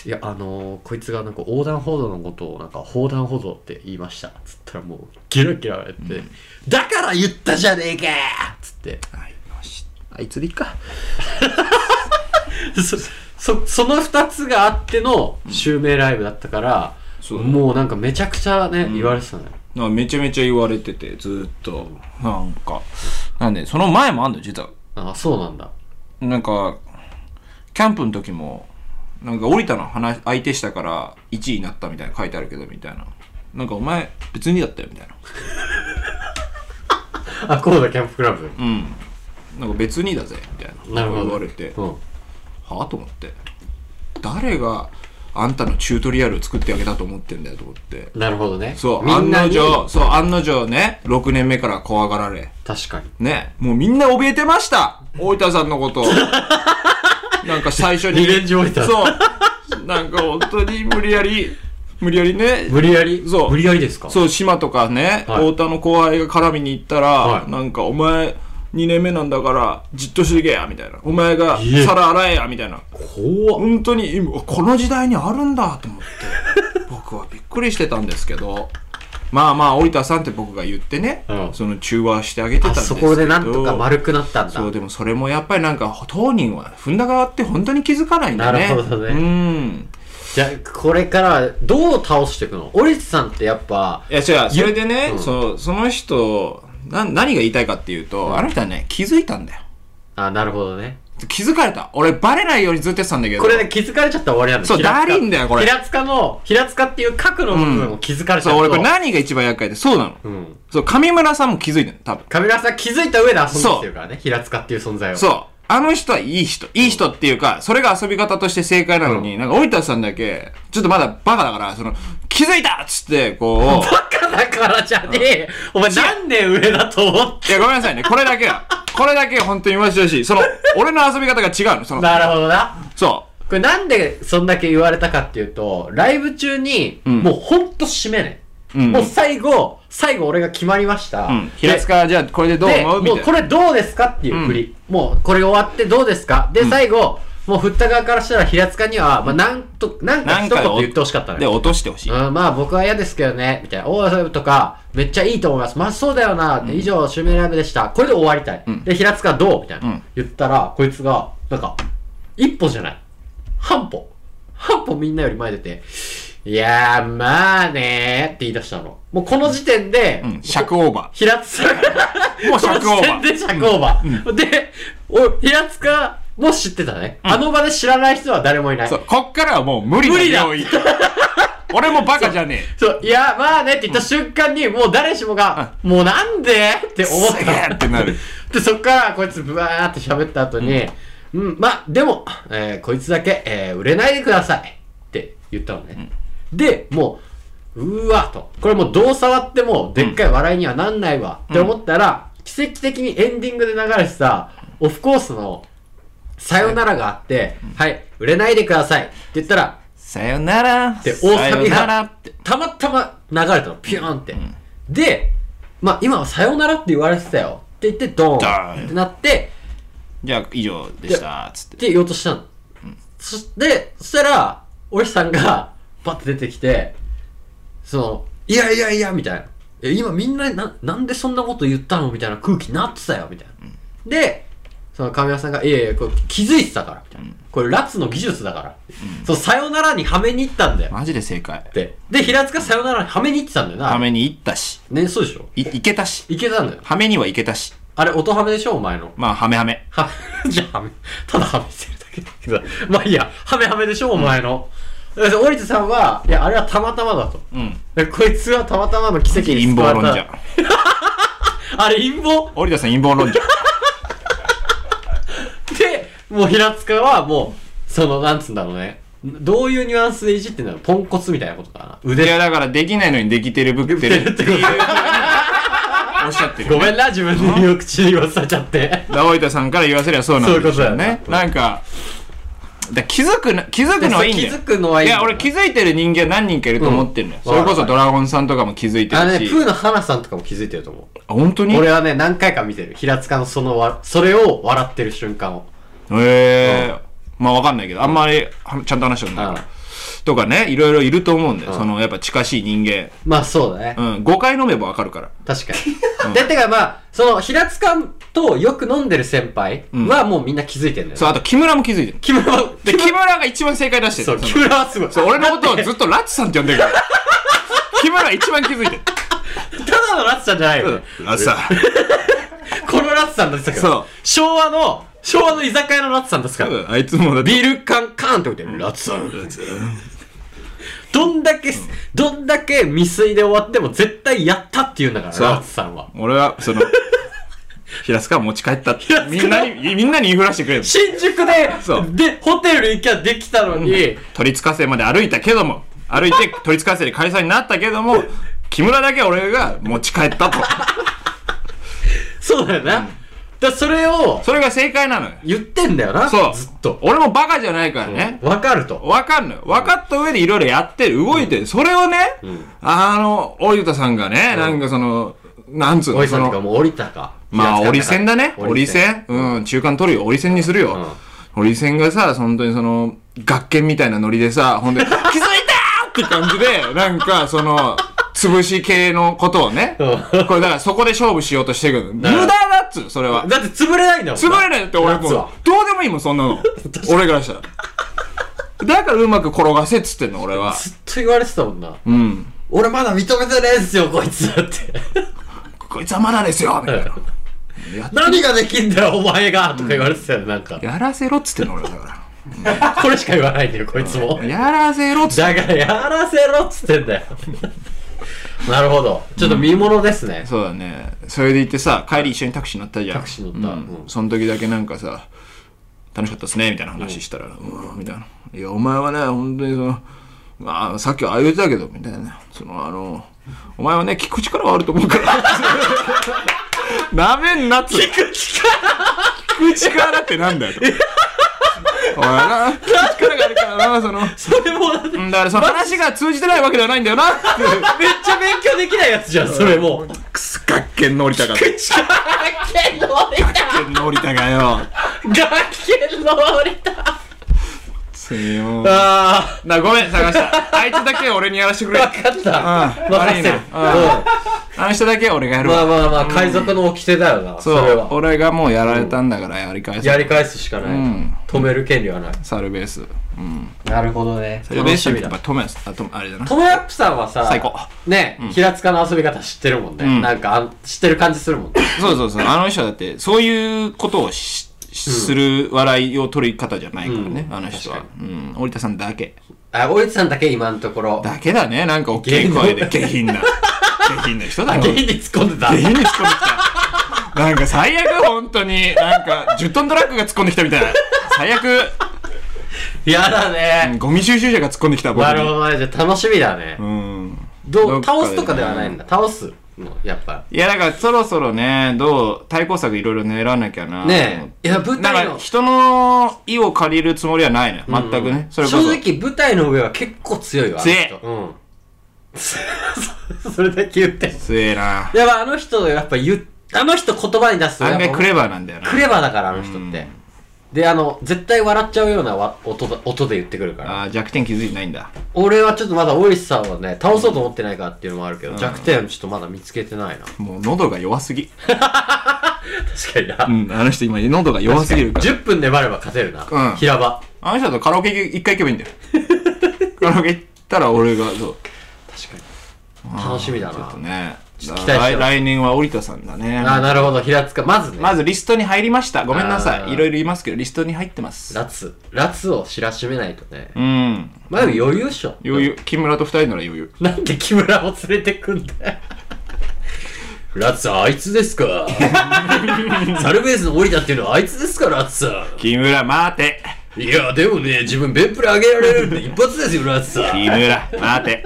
いや、あのーこいつがなんか横断歩道のことをなんか横断歩道って言いました。つったらもう、ギラギラやって、だから言ったじゃねえかつって。
はいよしあいつでいいか
そそその2つがあっての襲名ライブだったから、
そうだね
もうなんかめちゃくちゃね、言われてたね
なんかめちゃめちゃ言われててずーっとなんかなんでその前もあんのよ実は
あそうなんだ
なんかキャンプの時もなんか降りたの話相手したから1位になったみたいな書いてあるけどみたいななんかお前別にだったよみたいな
あコーダキャンプクラブ、
うんなんか別にだぜみたいな
なるほど
言われて
うん、
はあと思って誰があんたのチュートリアルを作ってあげたと思ってんだよと思って
なるほどね
そう
みん
案
な
の
に
定そう案の定ね6年目から怖がられ
確かに
ね、もうみんな怯えてました大分さんの ことをなんか最初に。
リベンジ大分
そう。なんか本当に無理やり、無理やりね。
無理やり
そう
無理やりですか
そう、島とかね、
はい
太田の後輩が絡みに行ったら、
はい
なんかお前2年目なんだからじっとしてけや、みたいな。お前が
いえ
皿洗えや、みたいな。
怖っ
本当に今この時代にあるんだと思って 僕はびっくりしてたんですけどまあまあ折田さんって僕が言ってね、
うん
その中和してあげてたん
あ
ですけ
そ
ど
こでなんとか丸くなったんだ
そうでもそれもやっぱりなんか当人は踏んだ側って本当に気づかないんだね
なるほどね
うん
じゃあこれからどう倒していくのオリスさんってやっぱ
いや違うそれでね、
うん
そその人な何が言いたいかっていうと、あの人はね気づいたんだよ
あなるほどね
気づかれた俺バレないようにずっとやってたんだけど
これね気づかれちゃったら終わりなんだ
そう
平塚
ダリンだよこれ
平塚の平塚っていう核の部分を気づかれち
そ
ゃ
う俺
った、
これ何が一番厄介でそうなの、
うん
そう上村さんも気づいてる多分
上村さん気づいた上で遊んできてるからね、平塚っていう存在を。
そう。あの人はいい人。いい人っていうか、それが遊び方として正解なのに、なんか、折田さんだけ、ちょっとまだバカだから、その、気づいたっつって、 こう、
バカだからじゃねえ、お前何年上だと思って。
いや、ごめんなさいね。これだけは、これだけは本当に言わせてほしい。その、俺の遊び方が違うの。その、
なるほどな。
そ
これなんでそんだけ言われたかっていうと、ライブ中に、
ん
もうほんと締めね。
うん
もう最後、最後俺が決まりました。
うん、平塚じゃあこれでどう
で
思うみ
もう
たい
こ
な
れどうですかっていう振り、もうこれ終わってどうですかで、最後もう振った側からしたら平塚には、まあ、なんとなんか
なん
一
か
言
で
言ってほしかったの
で
よ
落としてほしい、
うん、まあ僕は嫌ですけどねみたいな「おお」とか「めっちゃいいと思います」「まあそうだよな」で以上「シュメライブでした」これで終わりたい、
ん
で平塚どうみたいな、
うん
言ったらこいつがなんか一歩じゃない半歩半歩みんなより前出て「いやーまあねー」って言い出したのもうこの時点で、
うん、尺オーバ
平塚が、
もう 尺オーバー
で尺オーバー。で、お平塚も知ってたね、あの場で知らない人は誰もいない。
ーそ
そう
こっからはもう無理
無理だ
だ領域俺もバカじゃねえ
う、いや、まあねって言った瞬間に、もう誰しもが、もうなんでって思っ
すげえ
た
っ。てなる
で、そっからこいつブワーって喋った後に、うん、まあ、でも、えーこいつだけ、えー売れないでくださいって言ったのね。で、もう、うーわーと。これもうどう触っても、でっかい笑いにはなんないわ、って思ったら、奇跡的にエンディングで流れてた、オフコースの、さよならがあって、はい、売れないでくださいって言ったら、
さよなら
って
さ
大サ
よ
ビ
ならっ
が
て
たまたま流れたのピューンって、でまあ今は「さよなら」って言われてたよって言ってド
ド
ー
ー
ン
ン
ってなって
じゃあ以上でしたつっ
ってて言おうとしたの、そでそしたらおじさんがパッて出てきてその「いやいやいや」みたいな「え今みんなななんでそんなこと言ったの?」みたいな空気になってたよみたいな、でその神谷さんが「いやいやこれ気づいてたから」みたいな、これラツの技術だから」そのさよなら」にはめに行ったんだよ
マジで正解
って。で、平塚さよならにはめに行ってたんだよな。
はめに行ったし
ね、そうでしょ
い行けたし
いけたんだよ。
はめには行けたし
あれ、音はめでしょお前の。
まあはめはめ
は、 じゃあはめ、ただはめしてるだけだけ ど。まあいいや、はめはめでしょお前の。で、折地さんは、いや、あれはたまたまだと。
うん
でこいつはたまたまの奇跡に
陰
救
謀
われ
論
た。
者
あれ、陰謀
織田さん陰謀論者
で、もう平塚はもう、その、なんつうんだろうね。どういうニュアンスでいじってんだろうポンコツみたいなことかな。
い
腕
やだからできないのにできてるぶってるっていうおっしゃってる
ごめんな、自分で言う口に言わされちゃって。
ラオイタさんから言わせりゃそうなんです
そういう
よ
ことだよ
ね。なんか、だ気づくな、気づくのはいいんだよ。
気づくのはいいんだよ
や、俺気づいてる人間何人かいると思ってるのよ。
うん
それこそドラゴンさんとかも気づいて
あのね、
る
プー
し。
の花さんとかも気づいてると思う。
あ、本当に
俺はね、何回か見てる。平塚のそのわ、それを笑ってる瞬間を。
へえ。まあわかんないけど、あんまりはちゃんと話してないから。とかね、いろいろいると思うんだよ。その、やっぱ近しい人間。
まあそうだね。
うん、5回飲めばわかるから。
確かに。で、てかまあ、その、平塚とよく飲んでる先輩はもうみんな気づいてるんだよね。
そう、あと木村も気づいてる。
木村は、
で、木村が一番正解出してる。
そう、
その
木村はすごい。
そう俺のことをずっとラッツさんって呼んでるから。木村一番気づいてる。
ただのラッツさんじゃないよね。
ラッツさん。
このラッツさんですから。
そう
昭和の、昭和の居酒屋のラッツさんですから。
あいつもだって
ビール缶カーンって置いてる。ラッツさん。どんだけ、どんだけ未遂で終わっても絶対やったって言うんだから、
そう
ラッツさんは。
俺はそ の平塚は持ち帰ったってみんなにみんなに言いふらしてくれる
新宿
そう
で、で、ホテル行きゃできたのに、
取りつかせまで歩いたけども歩いて取りつかせで解散になったけども木村だけ俺が持ち帰ったと
そうだよな。だそれを
それが正解なのよ
言ってんだよな、
そう
ずっと。
俺もバカじゃないからね
わかると。
分かんのよ分かった上でいろいろやってる動いてるそれをねあの大湯田さんがねなんかそのなんつう
お
の
いさ
そ
んとか
の
もう降りたか。
まあ、
平塚
折り線だね。折り線。うん、中間取るよ。折り線にするよ。折り線がさ、本当にその、学研みたいなノリでさ、 本当に、気づいたーって感じで、なんか、その、潰し系のことをね。こ
う
れだからそこで勝負しようとしてくる。無
るほ
駄
ど
だっつう、それは。
だって潰れないんだもん。
潰れないって俺も
夏
う、
は
どうでもいいもん、そんな の。俺からしたら。だからうまく転がせっつってんの、俺は。
ずっと言われてたもんな。
うん。
俺まだ認めてないですよ、こいつだって。
こいつはまだですよみたいな。
何ができんだよ、お前がとか言われてたよ、なんか。
やらせろっつってんの、俺はだか
これしか言わないんだよ、こいつも
ら。。やらせろっつって。
だから、やらせろっつってん だよ。なるほど。ちょっと見物ですね。
そうだねそれで行ってさ帰り一緒にタクシー乗ったじゃん
タクシー乗った
うん
うん
その時だけなんかさ楽しかったですねみたいな話したら「うん」みたいな「いやお前はね本当にそのまあさっきはああ言ってたけど」みたいなそのあのお前はね聞く力はあると思うから なめんなっつ聞く力聞く力ってなんだよとお前な力があるからなその
それもうだってめっ
うんだからその話が通じてないわけではないんだよな
ちゃ勉強できないやつじゃんそれもう
くすかっけんのりたが
くちゃけんのりた
けんのりたがよ
がけんのりた
せよ
あ
なごめん探したあいつだけ俺にやらせてく
ー
れあ
分かった
あ
任
悪い
せ
な
るうん
ああの人だけ俺がやる
まあ
わ
まあまあ海賊の掟だよなそ
そ
れ
う
は
俺がもうやられたんだからやり返す
やり返すしかない、
うん
止める権利はない
サルベースうん
なるほどね
サルベース
楽しみ
や
だ
っぱトメスあトメあれだな
トムヤップさんはさ
最高
ね、平塚の遊び方知ってるもんね、
ん
なんかあん知ってる感じするもんね
そうそうそうあの人だってそういうことをしする笑いを取り方じゃないからね、
うん
あの人は、うん、織田さんだけ
あおいつさんだけ今のところ
だけだねなんか大きい声で下品な下品な人だよ
芸に突っ込んでた
下品に突っ込んできたなんか最悪本当になんか10トントラックが突っ込んできたみたいな最悪
やだね、
ゴミ収集車が突っ込んできた僕に
なるほどねじゃあ楽しみだね、
うん
ど
どっ
う
かで
倒すとかではないんだ倒すのやっぱ
いやだからそろそろねどう対抗策いろいろ練らなきゃな
ねえいや舞
だか
台
ら
の
人の意を借りるつもりはないのよ全くね、それこそ
正直舞台の上は結構強いわ
強い
あの人うん それだけ言って
強えな
やっぱあの人やっぱ言っあの人言葉に出すとや
案
っぱ
外クレバーなんだよな
クレバーだからあの人ってであの絶対笑っちゃうようなわ音だ音で言ってくるから
あー弱点気づいてないんだ
俺はちょっとまだ大石さんはね倒そうと思ってないからっていうのもあるけど、弱点をちょっとまだ見つけてないな
もう喉が弱すぎ
確かにな、
うんあの人今喉が弱すぎるから
10分粘れば勝てるな、
うん
平場
あの人だとカラオケ一回行けばいいんだよカラオケ行ったら俺がそう
確かに楽しみだ
ちょっと
な、
ね
ょっと期待してます
だから来来年は織田さんだね
ああなるほど平塚まずね、
まずリストに入りましたごめんなさ
あ
い
ー
いろいろ言いますけどリストに入ってます
ラツラツを知らしめないとね
うん
まあでも余裕っしょ
余裕木村と二人なら余裕
なんで木村を連れてくんだよ。 ラッツあいつで すかサルベースの降りたっていうのはあいつですかラッツさ
木村待て
んいやでもね自分ベンプラ上げられるんで一発ですよラッツさん
木村待て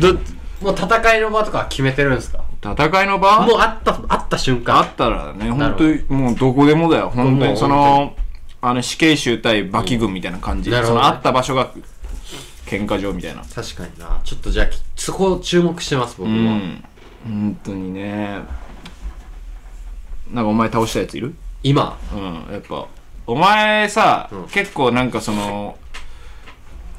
どもう戦いの場とかは決めてるんですか
戦いの場
もうあったあった瞬
あ
間
ったらね
なる
本当にもう
ほど
どこでもだよ本当
も
に
う
そのあの死刑囚対馬騎軍みたいな感じ、
うんなる
そ
ほど
の
ね
あった場所が喧嘩場みたいな
確かになちょっとじゃあきそこを注目してます僕
う
も、
ん本当にねなんかお前倒したやついる
今
うんやっぱお前さ、
ん
結構なんかその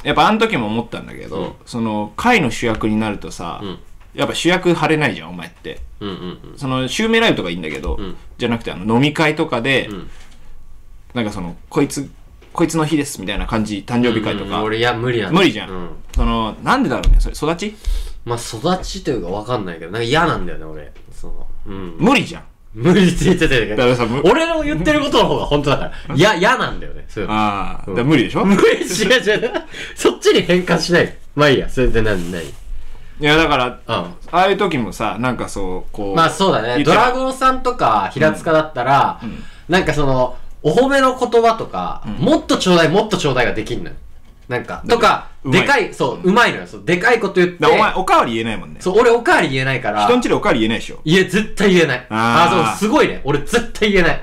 やっぱあの時も思ったんだけど、
うん
その会の主役になるとさ、
ん
やっぱ主役張れないじゃんお前って
うんうんうん
その襲名ライブとかいいんだけど、
ん
じゃなくてあの飲み会とかで、
ん
なんかそのこいつこいつの日ですみたいな感じ誕生日会と
うん
か、
俺いや無理なんだ
無理じゃん、
うん
そのなんでだろうねそれ育ち
まあ育ちというか分かんないけどなんか嫌なんだよね俺そのうん
無理じゃん
無理って言ってたよね
だからさむ
俺の言ってることの方が本当だから。いや、嫌なんだよね。そういうの
ああ、
うん
だから無理でしょ
無理、違う違う。そっちに変換しない。まあいいや、それで何、何。
いやだからあ
うん。
あいう時もさなんかそうこう
まあそうだね。
言って
ド
た
ラゴンさんとか平塚だったら、なんかその、お褒めの言葉とか、もっとちょうだい、もっとちょうだいができんのよ。なんか、とか、
うまい
でかい、そう、うまいのよ。そうでかいこと言って
だからお、前おかわり言えないもんね
そう、俺おかわり言えないから
人、んちでおかわり言えないでしょ
いや、絶対言えない。
あー
ああ、そう、すごいね。俺絶対言えない。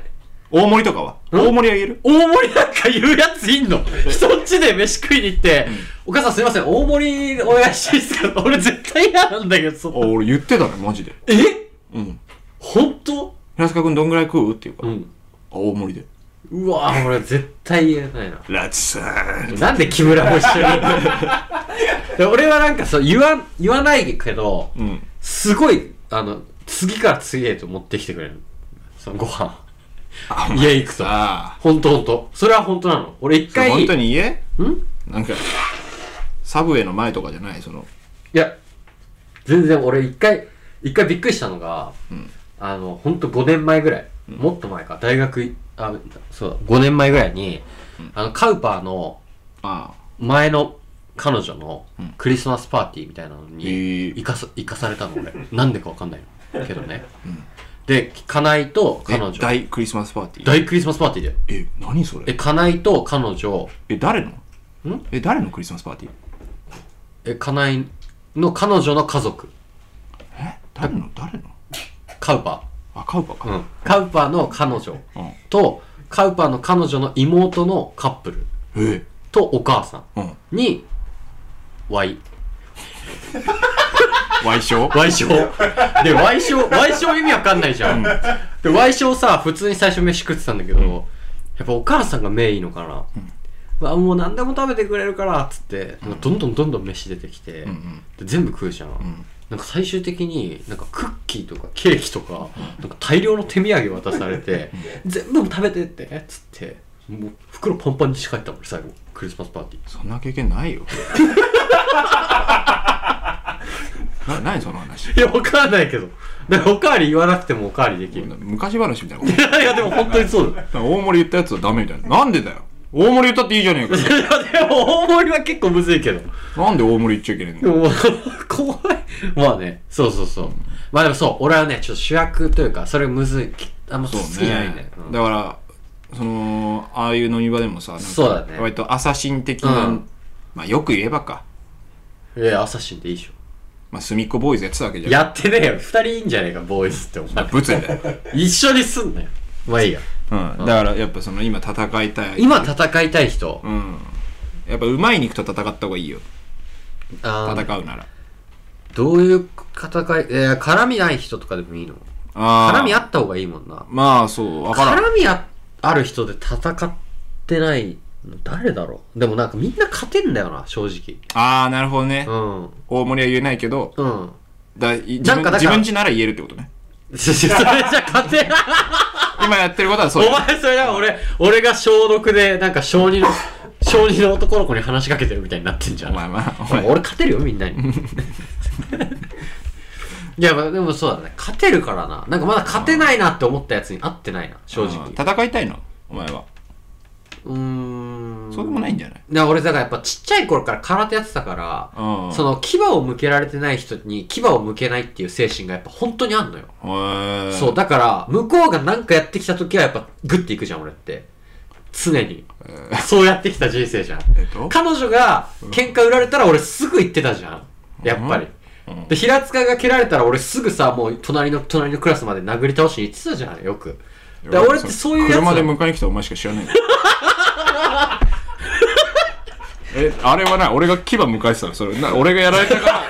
大盛りとかは
うん
大盛りは言える
大盛りなんか言うやつい んの人んちで飯食いに行って、お母さんすいません、大盛りお願いしていいですか俺絶対嫌なんだけど、そ
あ俺言ってたねマジで
え
うん
本当
平塚君どんぐらい食うっていうから、
ん。
あ大盛りで
うわぁ、俺絶対言えないな。
ラチさん
なんで木村も一 緒にで俺はなんかそう、言わん、言わないけど、
うん
すごい、あの、次から次へと持ってきてくれる。そのご飯。家行くと。
ああ
ほんとほんと。それは本当なの。俺一回、
本当に家ん
ん
なんかサブウェイの前とかじゃないその
いや、全然俺一回、一回びっくりしたのが、あの、ほんと5年前ぐらい、もっと前か、大学い、あ、そうだ、5年前ぐらいに、あの、カウパーの
あ
前の彼女のクリスマスパーティーみたいなのに
へー
行かさ、行かされたの俺。 なんでかわかんないの。けどね。で、カナイと
あえ
彼女。
大クリスマスパーティー
大クリスマスパーティーだよ。
え何それ
え、カナイと彼女、
え誰のえ誰のクリスマスパーティー
え、カナイの彼女の家族、
え誰の誰の
カウパー。
あカウパーか
うん、カウパーの彼女
うん
とカウパーの彼女の妹のカップル
え
とお母さ
えうん
んに、ワイ。
賠償
賠償。 で、賠償、賠償意味わかんないじゃん。で、賠償さ、普通に最初飯食ってたんだけど、やっぱお母さんがメインのかな。まあ、もう何でも食べてくれるから、つって、どんどんどんどん飯出てきて、
ん
で全部食うじゃん。なんか最終的になんかクッキーとかケーキとかなんか大量の手土産渡されて全部食べてってっつってもう袋パンパンにして帰ったもん最後クリスマスパーティー
そんな経験ないよ な何その話
いや、わかんないけど。だからおかわり言わなくてもおかわりできる。
昔話みたいない
や、でも本当にそうだ。
大盛り言ったやつはダメみたいななんでだよ大盛り言ったっていいじゃねえか
いや、でも大盛りは結構むずいけど。
なんで大盛り言っちゃいけない
で
の
も、怖い。まあね、そうそうそう。まあでもそう、俺はね、ちょっと主役というか、それむずい。きあんま
そ
好
う
き
ね
じゃないね。うん
だからそのああいう飲み場でもさなんか
そうだね
割とアサシン的な、
うん
まあよく言えばか
いや、アサシンでいいでしょ。
まあ隅っこボーイズやってたわけじゃん
やってねえよ。二人いいんじゃねえか、ボーイズってお前。
物理だよ、
一緒にすんなよ。まあいいや。
うん、だからやっぱその今戦いたい
今戦いたい人。
うんやっぱうまい肉と戦った方がいいよ
あー
戦うなら
どういう戦い、えー絡みない人とかでもいいの
あー
絡みあった方がいいもんな。
まあそうわからん
絡みあある人で戦ってないの誰だろうでもなんかみんな勝てんだよな正直
ああなるほどね、
うんうん
大盛りは言えないけど
そ
だい自
な
分
んかだから
自分家なら言えるってことね
れじゃ勝てない
今やってることはそう
お
よ
前それなんか俺俺が小6でなんか小2の 小2の男の子に話しかけてるみたいになってんじゃん
お前まあお
でも
前
俺勝てるよみんなにいやまあでもそうだね勝てるからななんかまだ勝てないなって思ったやつに合ってないな正直
うん戦いたいのお前は
うーん
そうでもないんじゃない
な俺だからやっぱちっちゃい頃から空手やってたから、
うん
その牙を向けられてない人に牙を向けないっていう精神がやっぱ本当にあんのよ、
へー
そうだから向こうが何かやってきた時はやっぱグッていくじゃん俺って常に、そうやってきた人生じゃん、
えっと
彼女が喧嘩売られたら俺すぐ行ってたじゃんやっぱり、で平塚が蹴られたら俺すぐさもう隣の隣のクラスまで殴り倒しに行ってたじゃんよくだから俺ってそういうやつ
車で
なの
迎えに来たお前しか知らない のえあれはな俺が牙迎えてたのそれな俺がやられたから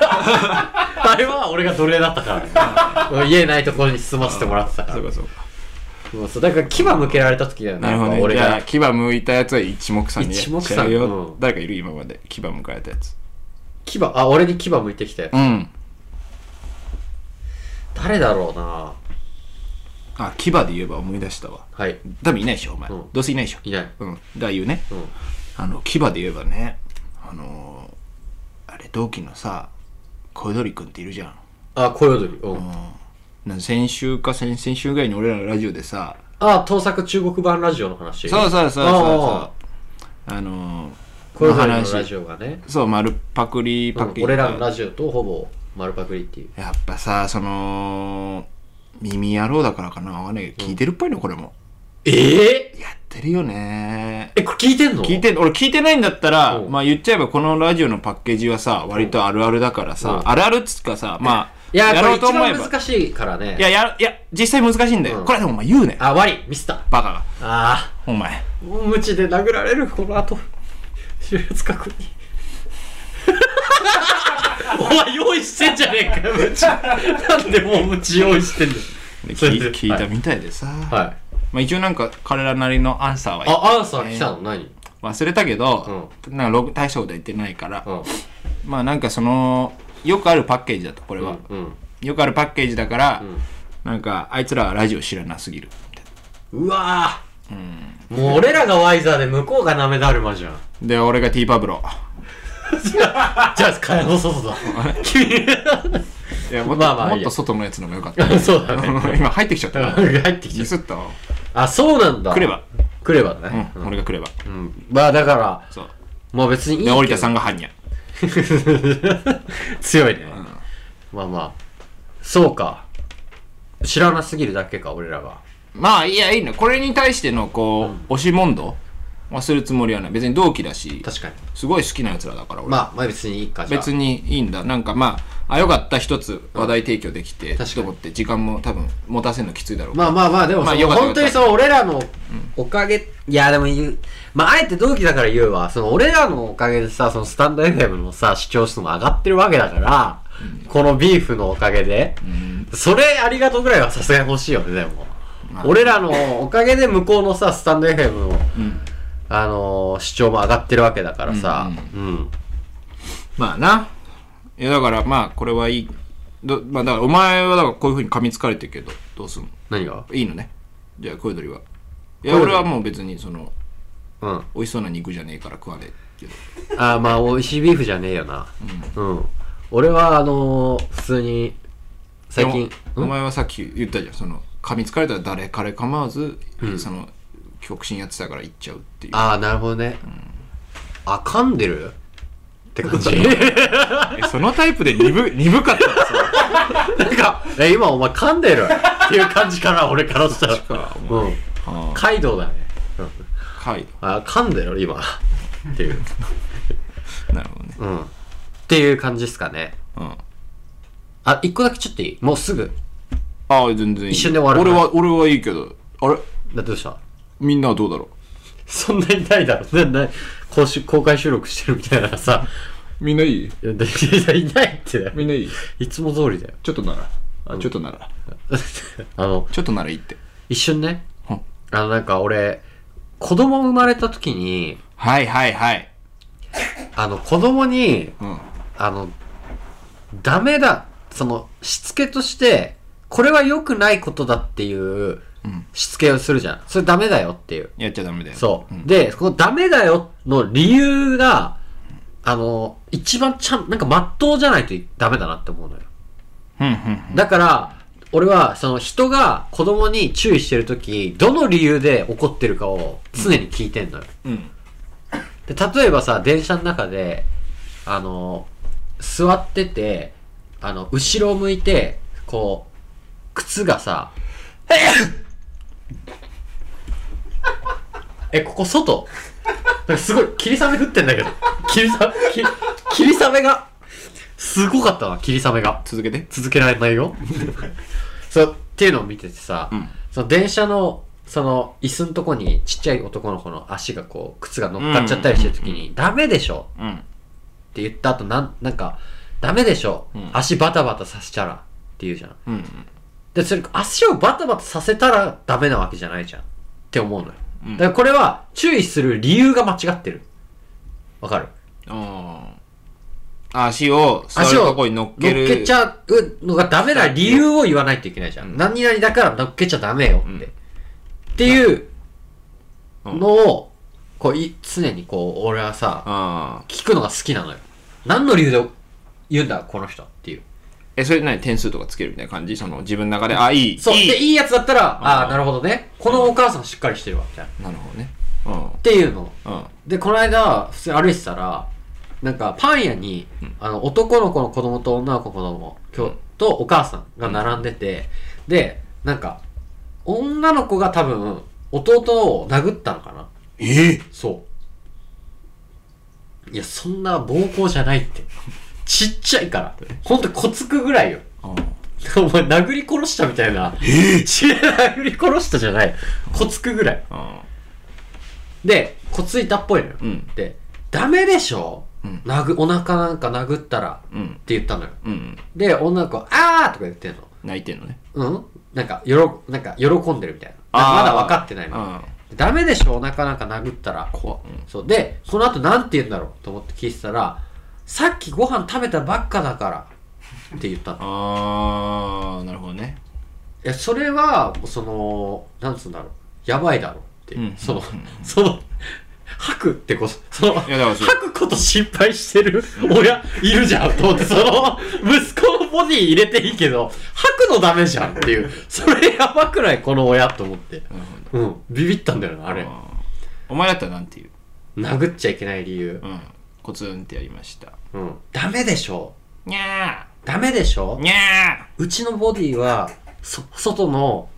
あれは俺が奴隷だったから、ね、言えないところに住ませてもらってたから
そうかそうか
そうそうだから牙向けられた時だよね
なるほど
やっぱ
ね
俺
じゃあ
が
牙向いたやつは一目散に
一目散
やっちゃうよ
うん
誰かいる今まで牙向えたやつ
牙あ俺に牙向いてきたやつ
うん
誰だろうな
あ牙で言えば思い出したわ
はい
多分いないでしょお前
うん
どうせいないでしょ
いない
うんだから言うね
うん
あの牙で言えばねあのーあれ同期のさ小鳥くんっているじゃん
あ小踊りうん
な先週か先々週ぐらいに俺らのラジオでさ
あ盗作中国版ラジオの話
そうそうそうそう
あ
そうあのー
小
の
踊りのラ
話
ジオがね、
そう丸パクリ
う
パ
ん
クリ、
俺らのラジオとほぼ丸パクリっていう
やっぱさその耳野郎だからかなわかんないけど聞いてるっぽいのこれも
ええ
やってるよね
えこれ聞いてんの
聞いて俺聞いてないんだったら、
うん
まあ言っちゃえばこのラジオのパッケージはさ割とあるあるだからさ、
うん
あるあるっつうかさまあ
いや
やろうと
これ
思え
一
ば
番難しいからね
いややいや実際難しいんだよ、
うん
これでもお前言うね
あ終わりミスった
バカが
あ
お前
あもう無知で殴られるこの後平塚君に お前用意してんじゃねえかよ無知なんでもう無知用意してんだよ
で
それ
聞い
で
聞いたみたいでさ、
はい
まあ、一応なんか彼らなりのアンサーは
あアンサー来たの何うん
忘れたけど、なんかろく大したことは言ってないから、まあなんかそのよくあるパッケージだとこれは、
うん
よくあるパッケージだから、なんかあいつらはラジオ知らなすぎるみたいう
わぁもう俺らがワイザーで向こうがナメダルマじゃん
なで俺がティーパブロ
じゃあ蚊帳の外だ
いやもっと,、
まあまあいいや
もっと外のやつの方がよかった
君 そうだね
今入ってきちゃったミ
入ってきちゃう
スったわ
あそうなんだ
来れば
来ればだね
うん、俺が来れば
うんまあだから
そう
まあ別にいいけ
で
ど
織田さんが犯人
強いね、まあまあそうか知らなすぎるだけか俺らが
まあいやいいのこれに対してのこう、押し問答はするつもりはない別に同期だし
確かに
すごい好きなやつらだから俺
まあまあ別にいいかじゃあ
別にいいんだなんかまああ、よかった、一つ話題提供できて、
確かに
と思って、時間も多分、持たせるのきついだろう。
まあまあまあでも
まあ
その、
よかった
本当にその俺らのおかげ、いやでも言うまああえて同期だから言うわその俺らのおかげでさそのスタンド FM のさ視聴数も上がってるわけだから、このビーフのおかげで、それありがとうぐらいはさすがに欲しいよねでも、
まあ
俺らのおかげで向こうのさスタンド FM の、
ん
あのー視聴も上がってるわけだからさうん、
まあな。いや、だから、まあ、これはいい。どまあ、だから、お前は、だから、こういうふうに噛みつかれてるけど、どうすんの
何が
いいのね。じゃあ、小鳥は。い
小
や、
鳥
俺はもう別に、その、
うんあ
美味しそうな肉じゃねえから食わねえけど。
ーまあ美味しいビーフじゃねえよなうん、俺はあのー普通に最近
でもお前はさっき言ったじゃん、その、噛みつかれたら誰彼構わず、その、極真やってたから行っちゃうっていう。
ああなるほどね、あ噛んでるって感じ
えそのタイプで鈍、 鈍かったんですよ
なんかえ今お前噛んでるっていう感じかな俺からしたらうん
あ
カイドウだねうん
ーはい。
あ噛んでる今って いう
なるほどね。
うんっていう感じですかね
うん。
あ一個だけちょっといいもうすぐ
ああ、全然いいよ。
一瞬で終わる
俺は、俺はいいけど、あれ
だどうした
みんなはどうだろ
そんなにないだろなな公衆公開収録してるみたいなさ
うみんないい
いやいやいないってだよ
みんないい
いつも通りだよ
ちょっとなら。あちょっとなら。
あの
ちょっとならいいって。
一瞬ね
うん
あのなんか俺子供生まれた時に
はいはいはい。
あの子供に
うん。
あのダメだそのしつけとしてこれは良くないことだっていうしつけをするじゃんそれダメだよっていう
やっちゃダメだよ。
そう、
ん
でこのダメだよの理由があの一番ちゃんなんかまっとうじゃないとダメだなって思うのよ
うんうん。
だから、俺は、その人が子供に注意してるとき、どの理由で怒ってるかを常に聞いてんのよ。
うん。
で、例えばさ、電車の中で、あの、座ってて、あの、後ろを向いて、こう、靴がさ、 え、ここ外なんかすごい、霧雨降ってんだけど。霧雨、き霧雨が、すごかったな、霧雨が。
続けて。
続けられな いよそうっていうのを見ててさ、
うん
その電車のその椅子のとこにちっちゃい男の子の足がこう靴が乗っかっちゃったりしてる時に「ダメでしょ」
うん。
って言った後なんなんか「ダメでしょ、
ん
足バタバタさせちゃら」って言うじゃん
うん。
でそれ足をバタバタさせたらダメなわけじゃないじゃんって思うのよ、
うん
だからこれは注意する理由が間違ってるわかる
あー足を座る
足を
とこに乗っける。
乗っけちゃうのがダメな理由を言わないといけないじゃん。何々だから乗っけちゃダメよって。
ん
っていうのを、こうい、常にこう、俺はさ、
あー
聞くのが好きなのよ。何の理由で言うんだ、この人っていう。
え、それ何点数とかつけるみたいな感じその自分の中で、あ、いい。
そう。
いい
で、いいやつだったら、ああ
う
ー、
ん
なるほどね。このお母さんしっかりしてるわ、みたいな。っ
なるほどね。う
ていうの。
ん。うん。
で、この間、普通に歩いてたら、なんか、パン屋に、あの、男の子の子供と女の子の子供、今日、とお母さんが並んでて、で、なんか、女の子が多分、弟を殴ったのかな
ええ
そう。いや、そんな暴行じゃないって。ちっちゃいから。ほんと、こつくぐらいよ。お前、殴り殺したみたいな。え殴り殺したじゃない。こつくぐらい。で、こついたっぽいのよ。
うん
で、ダメでしょ、
ん
殴お腹なんか殴ったら、
うん。う
っ
ん。
て言ったのよ。
うん。
で、女の子は、あーとか言ってんの。
泣いてんのね。
うんなんか、よろ、なんか、喜んでるみたいな。
あー
まだ分かってないの。
うん。
ダメでしょお腹なんか殴ったら。
怖うん
そう。で、その後なんて言うんだろうと思って聞いてたら、さっきご飯食べたばっかだからって言ったの。
あー、なるほどね。
いや、それは、その、なんつうんだろう。やばいだろって。
うん
その、その、吐くってこそ、その、
いやだから
吐
そう
くこと心配してる親いるじゃんと思って、その、息子のボディ入れていいけど、吐くのダメじゃんっていう、それやばくないこの親と思って。
なるほど。
うん、ビビったんだよな、あれ。
あーお前だったらなんて言う
殴っちゃいけない理由。
うん。コツンってやりました。
うん。ダメでしょ
にゃ
ダメでしょ
ーにゃ
うちのボディは、そ、外の、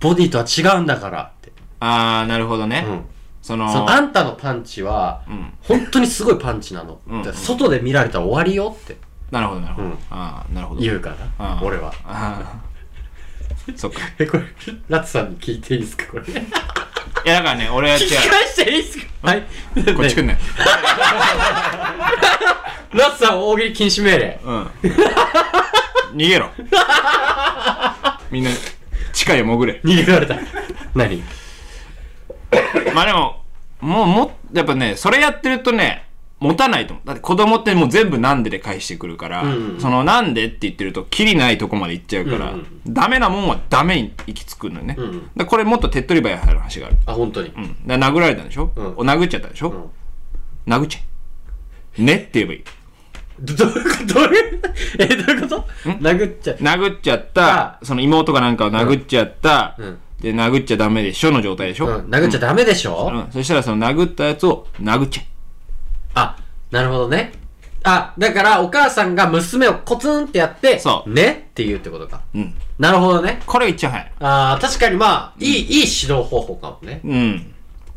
ボディとは違うんだからって。
ーあー、なるほどね。
うん。
その、
そのあんたのパンチは、
うん。
本当にすごいパンチなの。
うん
だから外で見られたら終わりよって。
なるほどなるほど、
うん
ああなるほど
言うから
ああ
俺は
ああそっか
えこれラツさんに聞いていいですかこれ聞き
いやだからね俺は違う
返していいですかはい
こっち来ん
ね
ね
ラツさん大喜利禁止命令
うん逃げろみんな地下へ潜れ
逃げら れた何
まあでももうもやっぱねそれやってるとね持たないと思うだって子供ってもう全部なんでで返してくるから、
んうん
そのなんでって言ってるとキリないとこまで行っちゃうから、
うんう
ダメなもんはダメに行き着くのね、
んうん
だこれもっと手っ取り早い話がある、
あ本当に、
うん、だから殴られたんでしょ、
ん
お殴っちゃったでしょ、殴っちゃえねって言えばいい
どどういうこと どういうえどういうこと殴っちゃう
殴っちゃった
あ
その妹かなんかを殴っちゃった、
うん
で殴っちゃダメでしょの状態でしょ、
うん、殴っちゃダメでしょ、
うん、そしたらその殴ったやつを殴っちゃ
あなるほどねあだからお母さんが娘をコツンってやって
そう
ねって言うってことか
え、うん、
なるほどね
これが一番早い
あー確かにまあ、いいいい指導方法かもね
うん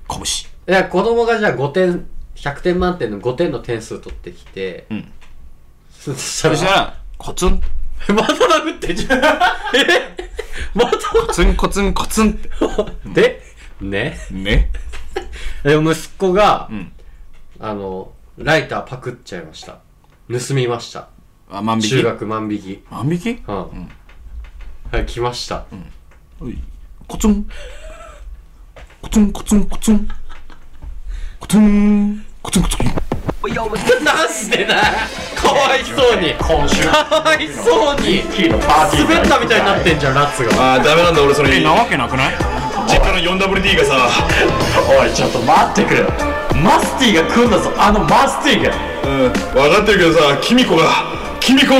拳
いや子供がじゃあ5点100点満点の5点の点数取ってきて、
うん、
そした
そ
ら
したらコツン
また殴って んじゃんえま
コツンコツンコツンって
たでね
ね
え息子が、
ん
あのライターパクっちゃいました盗みました
あ万引き
中学万引き
万引き
うん、はい来ました、
おいコツンコツンコツンコツンコツンコツンコツン
なんでだかわいそうに
今週
かわいそうに
キーのパーティー
滑ったみたいになってんじゃんラッツが
ああダメなんだ俺それ
え
実
なわけなくない
家の 4WD がさ
おいちょっと待ってくれマスティが来んだぞあのマスティが
うん分かってるけどさキミコがキミコが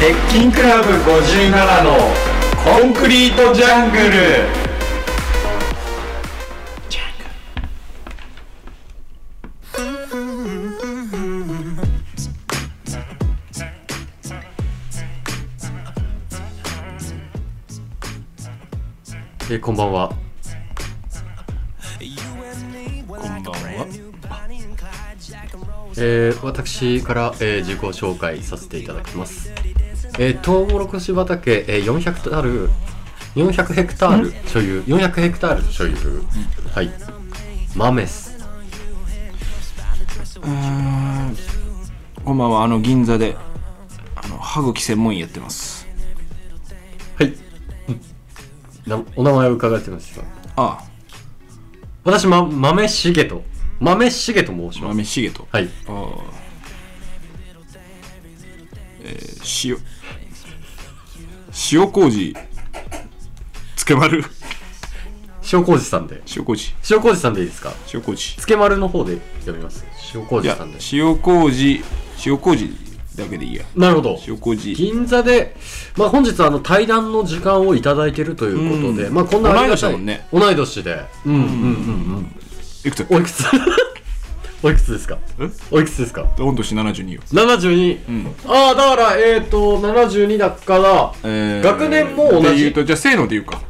鉄筋クラブ57のコンクリートジャングル
えこんばんは
こんばんは
えー私から、えー自己紹介させていただきます、えー、トウモロコシ畑、えー400タール400ヘクタール所有400ヘクタール所有はいマメス
こんばんはあの銀座であの歯茎専門医やってます
はいなお名前を伺ってますか
あ
私、ま、豆しげと豆しげと申し
あ
ま
豆
す
しげと
はい
ああえー、塩塩麹つけまる
塩麹さんで
塩麹
塩麹さんでいいですか
塩麹
つけ丸の方で読みます塩
い
麹
や
さんで
塩麹塩麹だけでいいや
なるほど
塩麹
銀座で、まあ、本日あの対談の時間をいただいているということで、
うん
まあ、こんなありがた
同い年だ
い
もんね
同い年でうんうんうんうん
いくつ
おいくつ おいくつですかおいくつですか
御年72よ
72、
ん
ああだからえっ、ー、と72だから、
えー
学年も同じ
で言うとじゃあせーので言うか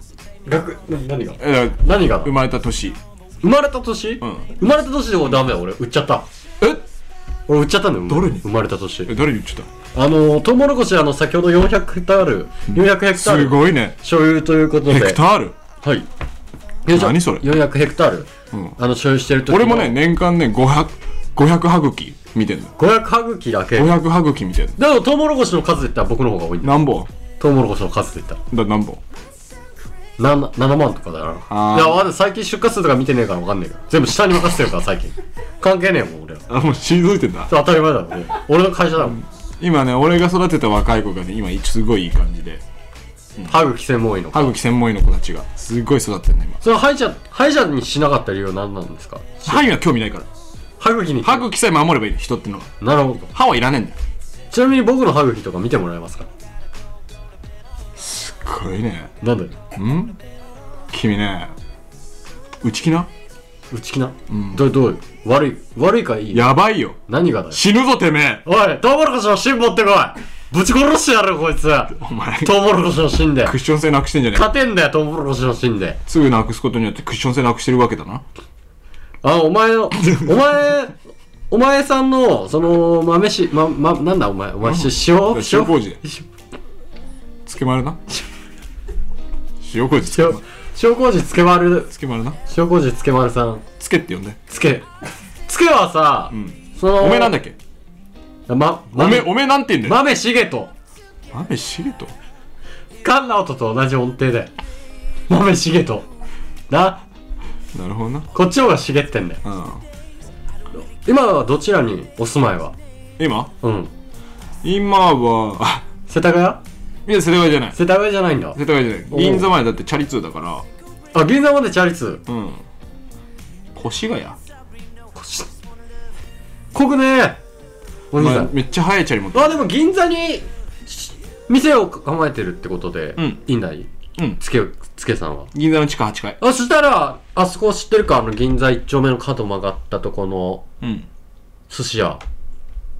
学な何が
えー
何が
生まれた年
生まれた年、
ん
生まれた年でもダメだ俺売っちゃった
え
俺売っちゃったんだよ
どれに
生まれた年
誰に言っちゃっ
あのトウモロコシあの先ほど400ヘクタール400ヘ
た
クター
す
ル
ごいね
所有ということで
ヘクタール
はい。
何それ
400ヘクタール、
ん
あの所有してる時の
俺もね、年間ね500 500歯茎見てんの
500歯茎だけ。で
500歯茎見てんの
もトウモロコシの数で言ったら僕の方が多いんだ。
何本
トウモロコシの数で言ったら。
だ何本
7, 7万とかだな。い
あー
や、まだ最近出荷数とか見てねえからわかんねえから。全部下に任せてるから最近。関係ねえもん俺は。
あもう退いてんだ
当たり前だもんね。俺の会社だもん。
今ね俺が育てた若い子がね今すごいいい感じで
歯茎専門医の。
歯茎専門医の子たちがすごい育ってんの今
その歯医者、歯医者にしなかった理由は何なんですか
歯には興味ないから
歯茎に。
歯茎さえ守ればいいの人ってのは
なるほど。
歯はいらねえんだよ
ちなみに僕の歯茎とか見てもらえますか
すごいね
なんだよ。
ん君ね内気な
内気な、どどういう悪い、悪いかいい
やばいよ
何がだよ。
死ぬぞてめえ
おい、トウモロコシの芯持ってこいぶち殺してやる よこいつ
お前
トウモロコシの芯で
クッション性なくしてんじゃねえか
勝てんだよトウモロコシの芯です
ぐなくすことによってクッション性なくしてるわけだな
あお前 のお前お前さんのその豆しままなんだお前お前し塩
塩麹でつけまるな塩麹つけ
塩
まる
塩麹つけまる
つけまるな
塩麹つけまるさん
つけって呼んで
つけつけはさ、その
おめえなんだっけ
ま
おめえ
豆
おめえなんて言うんだよ
豆しげと
豆しげと
菅直人と同じ音程で豆しげとな
なるほどな
こっちの方が茂ってんだよ
うん
今はどちらにお住まいは
今
うん
今はあ
世田谷
いや世田谷じゃない
世田谷じゃないんだ
世田谷じゃない銀座前だってチャリ通だか
あ銀座までチャリ通
らうん越谷
こくねえお
お
兄さ
前
ん、
めっちゃ速いチャリ持って
ま
る
あでも銀座にし店を構えてるってことで、
うん
いいんだい
うん
つけつけさんは
銀座の地下8階
あそしたらあそこ知ってるかあの銀座一丁目の角曲がったとこの
うん
寿司屋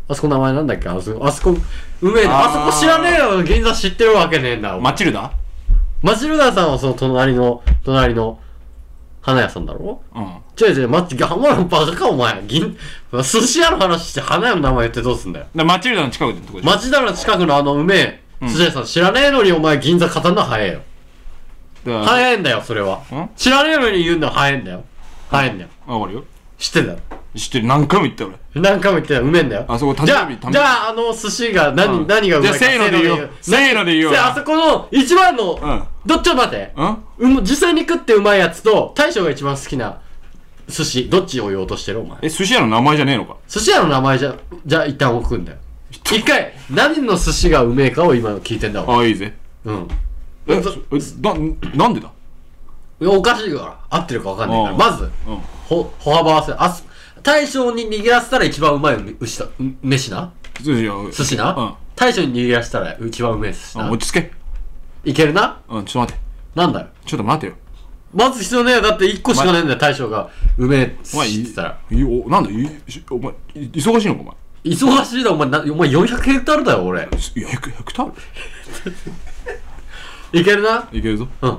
あそこ名前なんだっけあそこあそこうめえな
あー
あそこ知らねえよ銀座知ってるわけねえんだお前
マチルダ
マチルダさんはその隣の、隣の花屋さんだろ
うん
違う違う、マッチ、お前バカかお前。銀、寿司屋の話して花屋の名前言ってどうすんだよ。
だマチルダの近くってとこでしょ
町田の近くのあのうめえ、寿司屋さん知らねえのにお前銀座語んの早えよ。
だから
早えんだよ、それは
ん。
知らねえのに言うのは早えんだよ。早えんだよ。
わかるよ
知ってんだろ。
知ってる何回も言ったよ俺
何回も言ってたよ、うめえんだよ。
あそこ誕
じ
生
ゃ
日誕生
あ、
日
じゃあ、あの寿司が何、
うん
何がうまいか
じゃあせーので言おうせーので言おう
せあそこの一番の、
ん
どっちを待って。
うん
うん、実際に食ってうまいやつと大将が一番好きな寿司どっちを言おうとしてるお前
え寿司屋の名前じゃねえのか
寿司屋の名前じゃじゃあ一旦置くんだよ一回何の寿司がうめえかを今聞いてんだわ
ああいいぜ
うん
え
そ
そえだなんでだ
いやおかしいから合ってるか分かんないからまず
うん
ほ歩幅合わせあす大将に握らせたら一番うまいうめ牛だう飯な
寿司屋
寿司な、
うん
大将に握らせたら一番うめえ寿司
あ
な
落ち着け
いけるな
うんちょっと待って
なんだよ
ちょっと待てよ
まず必要ねえよだって一個しかねえんだよ大将がうめえ寿
お前
司って言ったら
いいおなんだいしお前い忙しいのかお前
忙しいだお前なお前400ヘクタールだよ俺
いやヘクヘクタール
いけるない
けるぞ
うん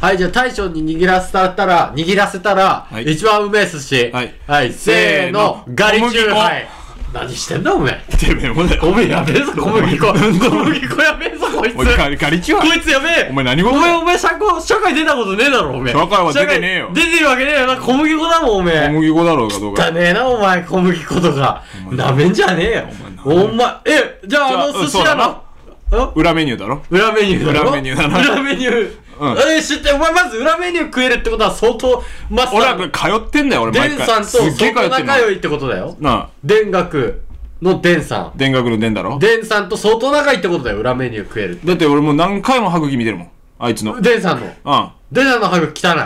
はいじゃあ大将に握らせたら握らせたら、
い
一番うめえ寿司
はい
はい、せーの
せーの
ガリチュ
小麦
ー
粉
はい何してんだおめえ
てめえもだよ
おめえ やべえぞ小麦粉小麦粉やべえぞこいつ
お前ガリガリチは
こいつやべえ
お前何事だ
お前
よ
お前社交社会出たことねえだろおめえ
社会は出てねえよ
社会出てるわけねえよな小麦粉だもんおめえ
小麦粉だろうかどう
だ
か
ねえなお前小麦粉とかなめんじゃねえよ
お
お前えじゃああ
じゃあ
の寿司屋のうん
裏メニューだろ
裏メニューだろ
裏メニューだな
裏メニュー、
う
え知ってお前まず裏メニュー食えるってことは相当マスタ
俺
ー
は通ってんだよ俺
デ
毎
ン
回
さんと
すっげえ通
相当
ってんの
仲良いってことだよ
なあ
田楽のデンさん
田楽の伝だろ
デンさんと相当仲良いってことだよ裏メニュー食えるって
だって俺もう何回も歯茎見てるもんあいつのうん
デンさんの
い
デンさんの歯が汚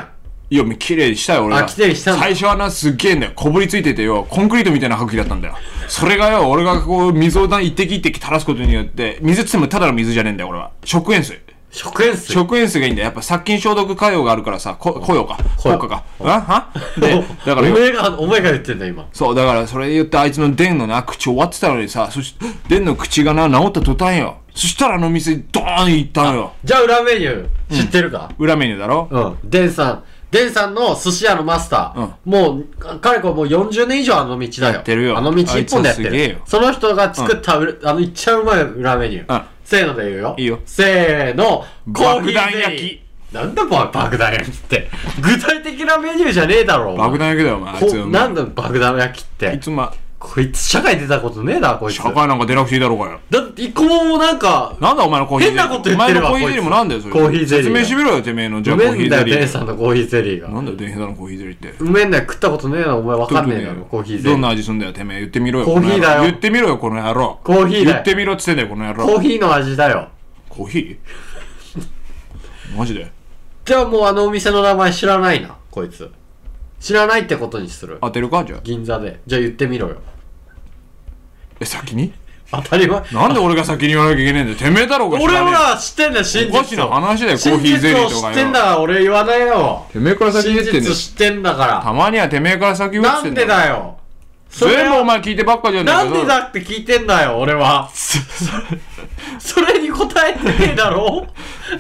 やもう綺麗にしたよ俺は
あ綺麗にしたんだ
最初はなすっげえんだよこぶりついててよコンクリートみたいな歯茎だったんだよそれがよ俺がこう水をな一滴一滴垂らすことによって水っつってもただの水じゃねえんだよ俺は食塩水
い食塩水
食塩水がいいんだよやっぱ殺菌消毒作用があるからさこ雇用か効果かあはでだから
お
よ
前がお前が言ってんだよ今
そう、だからそれ言ってあいつのデンのな、口終わってたのにさ、そし、デンの口がな、治った途端よ。そしたらあの店、ドーン行ったのよ。
じゃあ裏メニュー知ってるか、
裏メニューだろ
うん、デンさん。デンさんの寿司屋のマスター。もう、か彼これもう40年以上あの道だよ。や
ってるよ
あの道一本で
あいつは
やって
すげえ
る
よ。
その人が作ったうる、あの、いっちゃうまい裏メニュー。
うん
せーので言うよ。
いいよ
せーの、
爆弾焼き
コーヒーゼリー。なんだお前爆弾焼きって。具体的なメニューじゃねえだろ。お前
爆弾焼きだよ、お前。あいつ。
こなんだ爆弾焼きっ
あい
て。
つま、
こいつ社会出たことねえだ、こいつ。
社会なんか出なくていいだろうかよ。
だって一個もなんか、
なんだお前のコーヒーゼリー。
変なこと言ってるわ
お前のコーヒーゼリーも
こいつ
なんだよ、それ。
コーヒーゼリー
説明してみろよ、てめえの。じゃ
う
あコ
めえ
ーヒ
ん
ー
だ
ゼ
よ、
リ
デン
ー。
さんのコーヒーゼリーが。
なんだよ、デンヘダのコーヒーゼリーって。
うめえんだよ、食ったことねえな、お前わかんねえだろ、コーヒーゼリー。
どんな味すんだよ、てめえ。言ってみろよ。
コーヒーだ
この
よ
野郎言ってみろよ、この野郎。
コーヒーだよ
言ってみろって言ってんだよ、この野
コ
郎。
ーヒーの味だよ。
コーヒーマジで
じゃあもうあのお店の名前知らないな、こいつ。知らないってことにする。
当てるかじゃあ。
銀座で。じゃあ言ってみろよ。
え、先に
当たり前。
なんで俺が先に言わなきゃいけないんだよ。てめえだろうが知
俺
らねえ
は知ってんだよ、真
お
実を。
かしな話だよコ
真実を
ーヒーゼリーとかよ
知ってんだから俺言わないよ。
てめえから先
真
言ってんだよ
実知ってんだか
たまにはてめえから先言
ら。
うっつ
な
って
ん
んだ
で
よ
だよ。それは
全部お前聞いてばっかじゃねえ
な
か
んでだって聞いてんだよ、俺は。それに答えてねえ だろ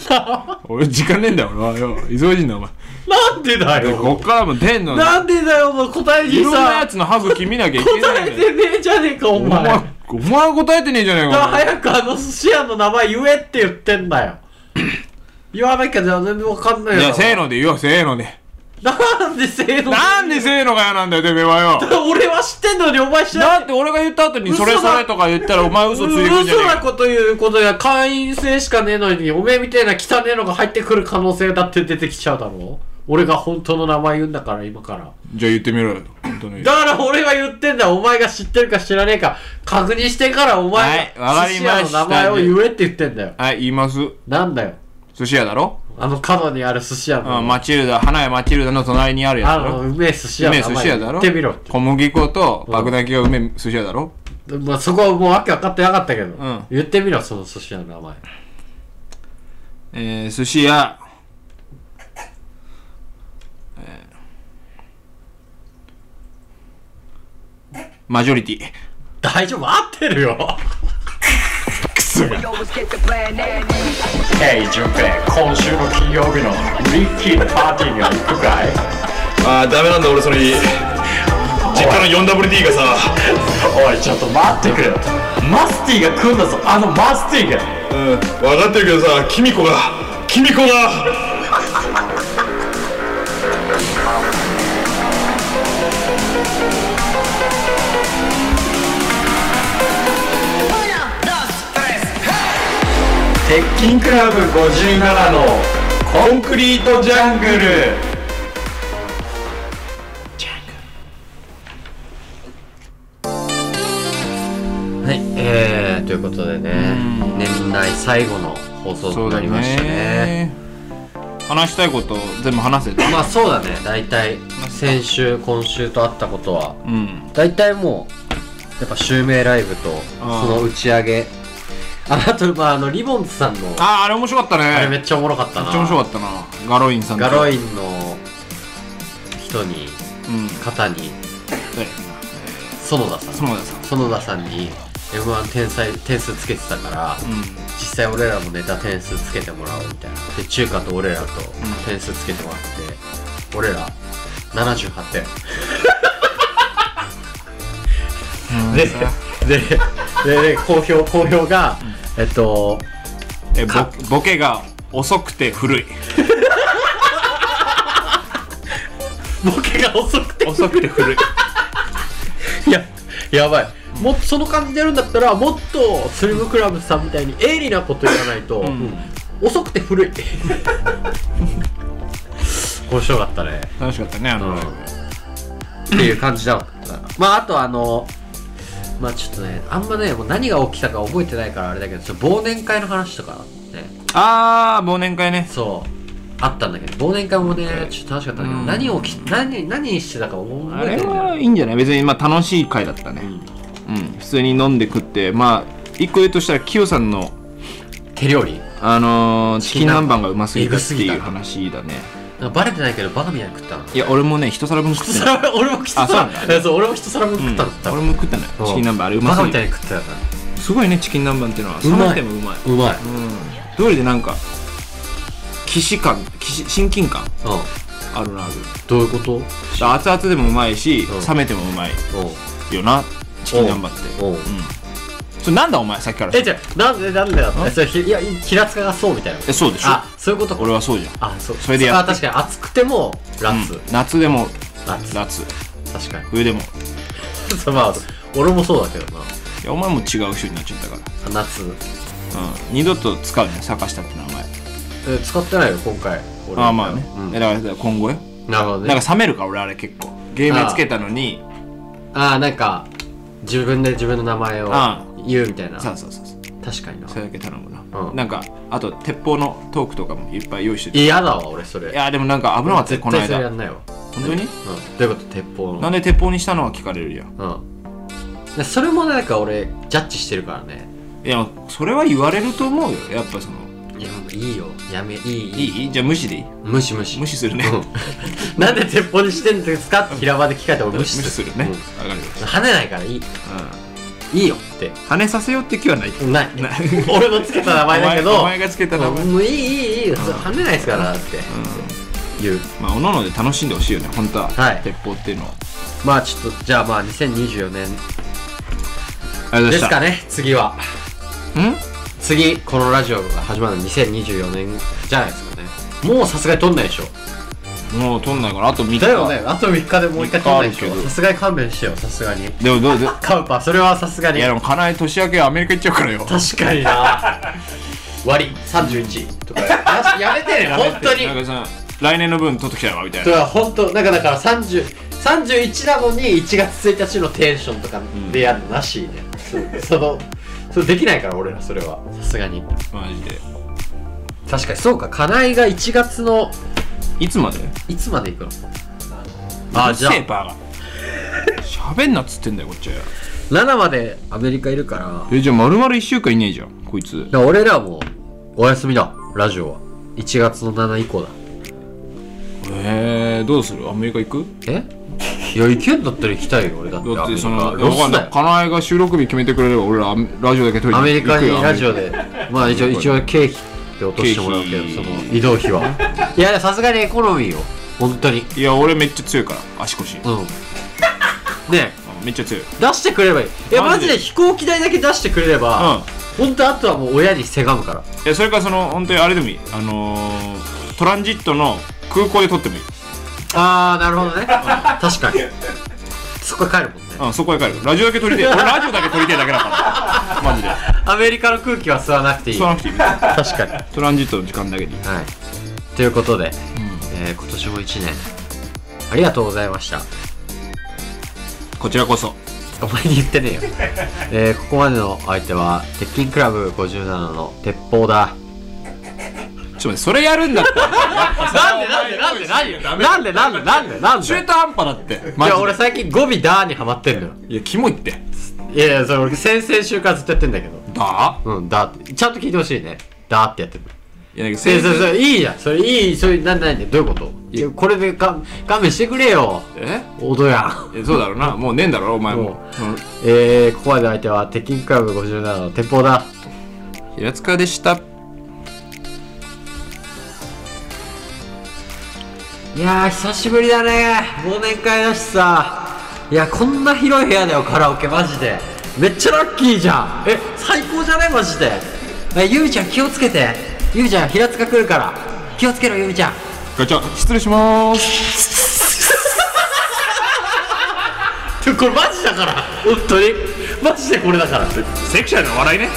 な
俺時間ねえんだよ俺はよ忙しいんだお前
なんでだ
でこ
よ
っからも出んの
なんでだよお前答え
い
に
ろんなや
さ
つの歯茎見なきゃいけな
答
いんだ
え
よ
てねえじゃねえかお
お
前
前お前は答えてねえじゃねえ
だから
か
早くあの寿司屋の名前言えって言ってんだよ 言わなきゃ全然わかんない
お前
よ
いやせーので言おうせーので
なんでせーの
なんでせーのが嫌なんだよてめえはよ
俺は知ってんのにお前知らない
だって俺が言った後にそれ
嘘だ
それとか言ったらお前嘘ついてくんじゃね
嘘
え
な
か
こと言うことや会員制しかねえのにおめえみたいな汚ねえのが入ってくる可能性だって出てきちゃうだろ俺が本当の名前言うんだから今から
じゃあ言ってみろよ本当に
だから俺は言ってんだお前が知ってるか知らねえか確認してからお前
はいわかりました
寿司屋の名前を言えって言ってんだよ
はい言います
なんだよ
寿司屋だろ
あの角にある寿司屋の名
う
前
んマチルダ花屋マチルダの隣にあるやつ
あ
だ
の、
ろ
うめえ寿司屋
うめえ
の名
寿
前
司屋だろ
言ってみろって
小麦粉と爆弾きがうめえ寿司屋だろ
まあ、そこはもうわけ分かってなかったけど、
ん
言ってみろ、その寿司屋の名前。
えー、寿司屋、えーマジョリティ
大丈夫合ってるよ
always get the plan and
ヘイジュンペイ今週の金曜日のリッキーのパーティーには行くかい
あーダメなんだ俺それ実家の 4WD がさ
おいちょっと待ってくれよマスティが来んだぞあのマスティが
うん分かってるけどさキミコがキミコが
鉄筋クラブ57のコンクリートジャングル
はい、えー、ということでね、年内最後の放送
そ
と
う
な
だ
りましたね。
ね話したいこと全部話せた
まあそうだね、大体、先週、今週とあったことは、
うん
大体もう、やっぱ襲名ライブと、そ
あー
の打ち上げ、ああと、まあ、あの、リボンズさんの、あ
あああれ面白かったね
れめ
めっ
っちゃおもろかったな。
ちゃ面白かったなガロインさん
ガロ
イン
インの人に、
うん
方に、
誰
園田さん。
園田さん
園田さんに m 1天才点数つけてたから、
う
実際俺らもネタ点数つけてもらおうみたいなで中華と俺らと点数つけてもらって、俺ら78点
ん
でででで好評好評が、えっと
えボボケが遅くて古い
ボケが遅くて
遅くて古い
いややばいもっとその感じでやるんだったらもっとスリムクラブさんみたいに鋭利なこと言わないと、遅くて古い面白かったね
楽しかったねあの、
っていう感じだわまああとあのまあちょっとねあんまねもう何が起きたか覚えてないからあれだけどちょっと忘年会の話とかね
ああ忘年会ね
そうあったんだけど忘年会もねちょっと楽しかったんだけど、
うん
何をき何何してたか
あ
覚え
れ
てない
はいいんじゃない別にまあ楽しい回だったねうん、普通に飲んで食ってまあ一個言うとしたらキヨさんの
手料理
あのーチキン南蛮がうますぎたって
えぐすぎ
いう
た
話だね
なんかバレてないけどバカみたいに食ったの
いや俺もね一皿分食って ない、
俺も一
あそう
皿
なんだ
いやそう俺も一皿分
う
食
ん
ったんだった、
俺も食ってないチ
うん
キン南蛮あれう
バ
ま
カ
す
み
ぎ
たい
る
に食ったよな
すごいねチキン南蛮っていうのは
うまい
冷めてもうまいう
ま
う
い
んどれでなんか既視感既視親近感
うん
あるなある
どういうことうん
熱々でもうまいし
うん
冷めてもうまいよなチキン南蛮って
うん
それなんだお前さっきから
えじゃあなんでなんでだっ
ん
てそれひいや平塚がそうみたいな
えそうでしょ
あそういうことか
俺はそうじゃん
あそう
それでや
あ
って
確かに暑くてもラツ、
うん夏でも
ラツ
夏
確かに
冬でも
そうまあ俺もそうだけどない
やお前も違う人になっちゃったから
あ夏
うん二度と使うね坂下って名前
え使ってないよ今回俺
ああまあね、
うん
えだから今後よ
なるほどね
なんか冷めるから俺あれ結構芸名つけたのに
ああなんか自分で自分の名前を
あ
言うみたいな
そうそうそうそう
確かにな
それだけ頼むな、
うん
なんかあと鉄砲のトークとかもいっぱい用意しててい
嫌だわ俺それ
やでもなんか危なかったよ
絶
この
対それや
間
んないわ
本当に
うんどういうこと鉄砲の
なんで鉄砲にしたのは聞かれるやん
うんでそれもなんか俺ジャッジしてるからね
いやそれは言われると思うよやっぱその
いやいいよやめいいいい
いいじゃあ無視でいい
無視無視
無視するね、
うん なんで鉄砲にしてんですかって平場で聞かれて俺無
無
視
視
す
す
る
るねわか
う
るよ
ん跳ねないからいいいいよって
跳ねさせようって気はない。
ない
な
俺のつけた名前だけ
お
ど
前がつけた名前。
もういいいいいい跳ねないですからって言う
まあ、おのので楽しんでほしいよね、本当は。
はい
鉄砲っていうのは。
まあちょっとじゃあまあ2024年
ありがとうございま
で
し
す
た。
かね次は
ん
次このラジオが始まるの2024年じゃないですかねもうさすがに撮んないでしょ
もう取んないから、あと3日。
だよねあと3日でもう1回撮んないでし
三日ある
ょ
けど
さすがに勘弁してよさすがに
でもどうぞ。
カウパーそれはさすが
い
に
や、でも、かなえ年明けはアメリカ行っちゃうからよ。
確かに な割り31とかややめてね本当に
なんかさ、来年の分取ってきたわ、みたい
そ
な
れ。は本当なんかだから30 31なのに1月1日のテンションとかでやるのなしね、そのそれできないから俺らそれはさすがに
マジで。
確かにそうか金井が1月の
いつまで
いつまで行くのあじゃあ
セーパーが。喋んなっつってんだよ、こっちは。
7までアメリカいるからだか
え、じゃあ、まるまる1週間いねえじゃん、こいつ。
ら俺らもお休みだラジオは1月の7以降だ
えー、どうするアメリカ行く
えいや行けんだったら行きたいよ俺だって
だってその
アメリカ
わかんない
ロスだよ
かなえが収録日決めてくれれば俺らラジオだけ撮り
アメリカにラジ
オ
オでまあ一応一応経費って落としてもらうけど
経
そ
費
の移 動費はいやさすがにエコノミーよ本当に
いや俺めっちゃ強いから足腰
うんね
めっちゃ強いうん
え出してくれればいいいやマ
マジ
ジ
で
で飛行機代だけ出してくれれば、本当あとはもう親にせがむから
いやそれからその本当にあれでもいいあのー、トランジットの空港で撮ってもいい、
ああなるほど ね確かにそこから帰るもんね
うん、そこへ帰るラジオだけ撮り てえ俺ラジオだけ撮りてえだけだからマジで
アメリカの空気は吸わなくていい
吸わなくていい別に
確かに
トランジットの時間だけでいい
はい。ということで、えー今年も1年、ありがとうございました。
こちらこそ
お前に言ってねえよ。えーここまでのお相手は、鉄筋クラブ57の鉄砲だ。
ちょっと待ってそれやるんだって
なんでなんでなんでなんでなんでなんでなんでなん
中途半端だってマ
い
ジ
や、
で
俺最近語尾だーにハマってんのよ。
いやキモいって
いやいや、それ俺先々週からずっとやってんだけど。
だ
うん、だーって。ちゃんと聞いてほしいね。だーってやってる。
いやだけど
え、それ、
先
そ
生
れ、いいじゃん。それ、いい、それ、なんなんで、どういうこといや、これでか勘弁してくれよ。
え
おどやん。
いやそうだろうなもうねえんだろお前も
も
その
えー、ここまでの相手は鉄筋クラブ57の鉄砲だ
平塚でした
いやー久しぶりだね忘年会だしさいやこんな広い部屋だよカラオケマジでめっちゃラッキーじゃんえ最高じゃないマジでえゆみちゃん気をつけてゆみちゃん平塚来るから気をつけろゆみちゃ ん
ガチャ失礼します
これマジだから本当にマジでこれだから
セクシャルな笑いね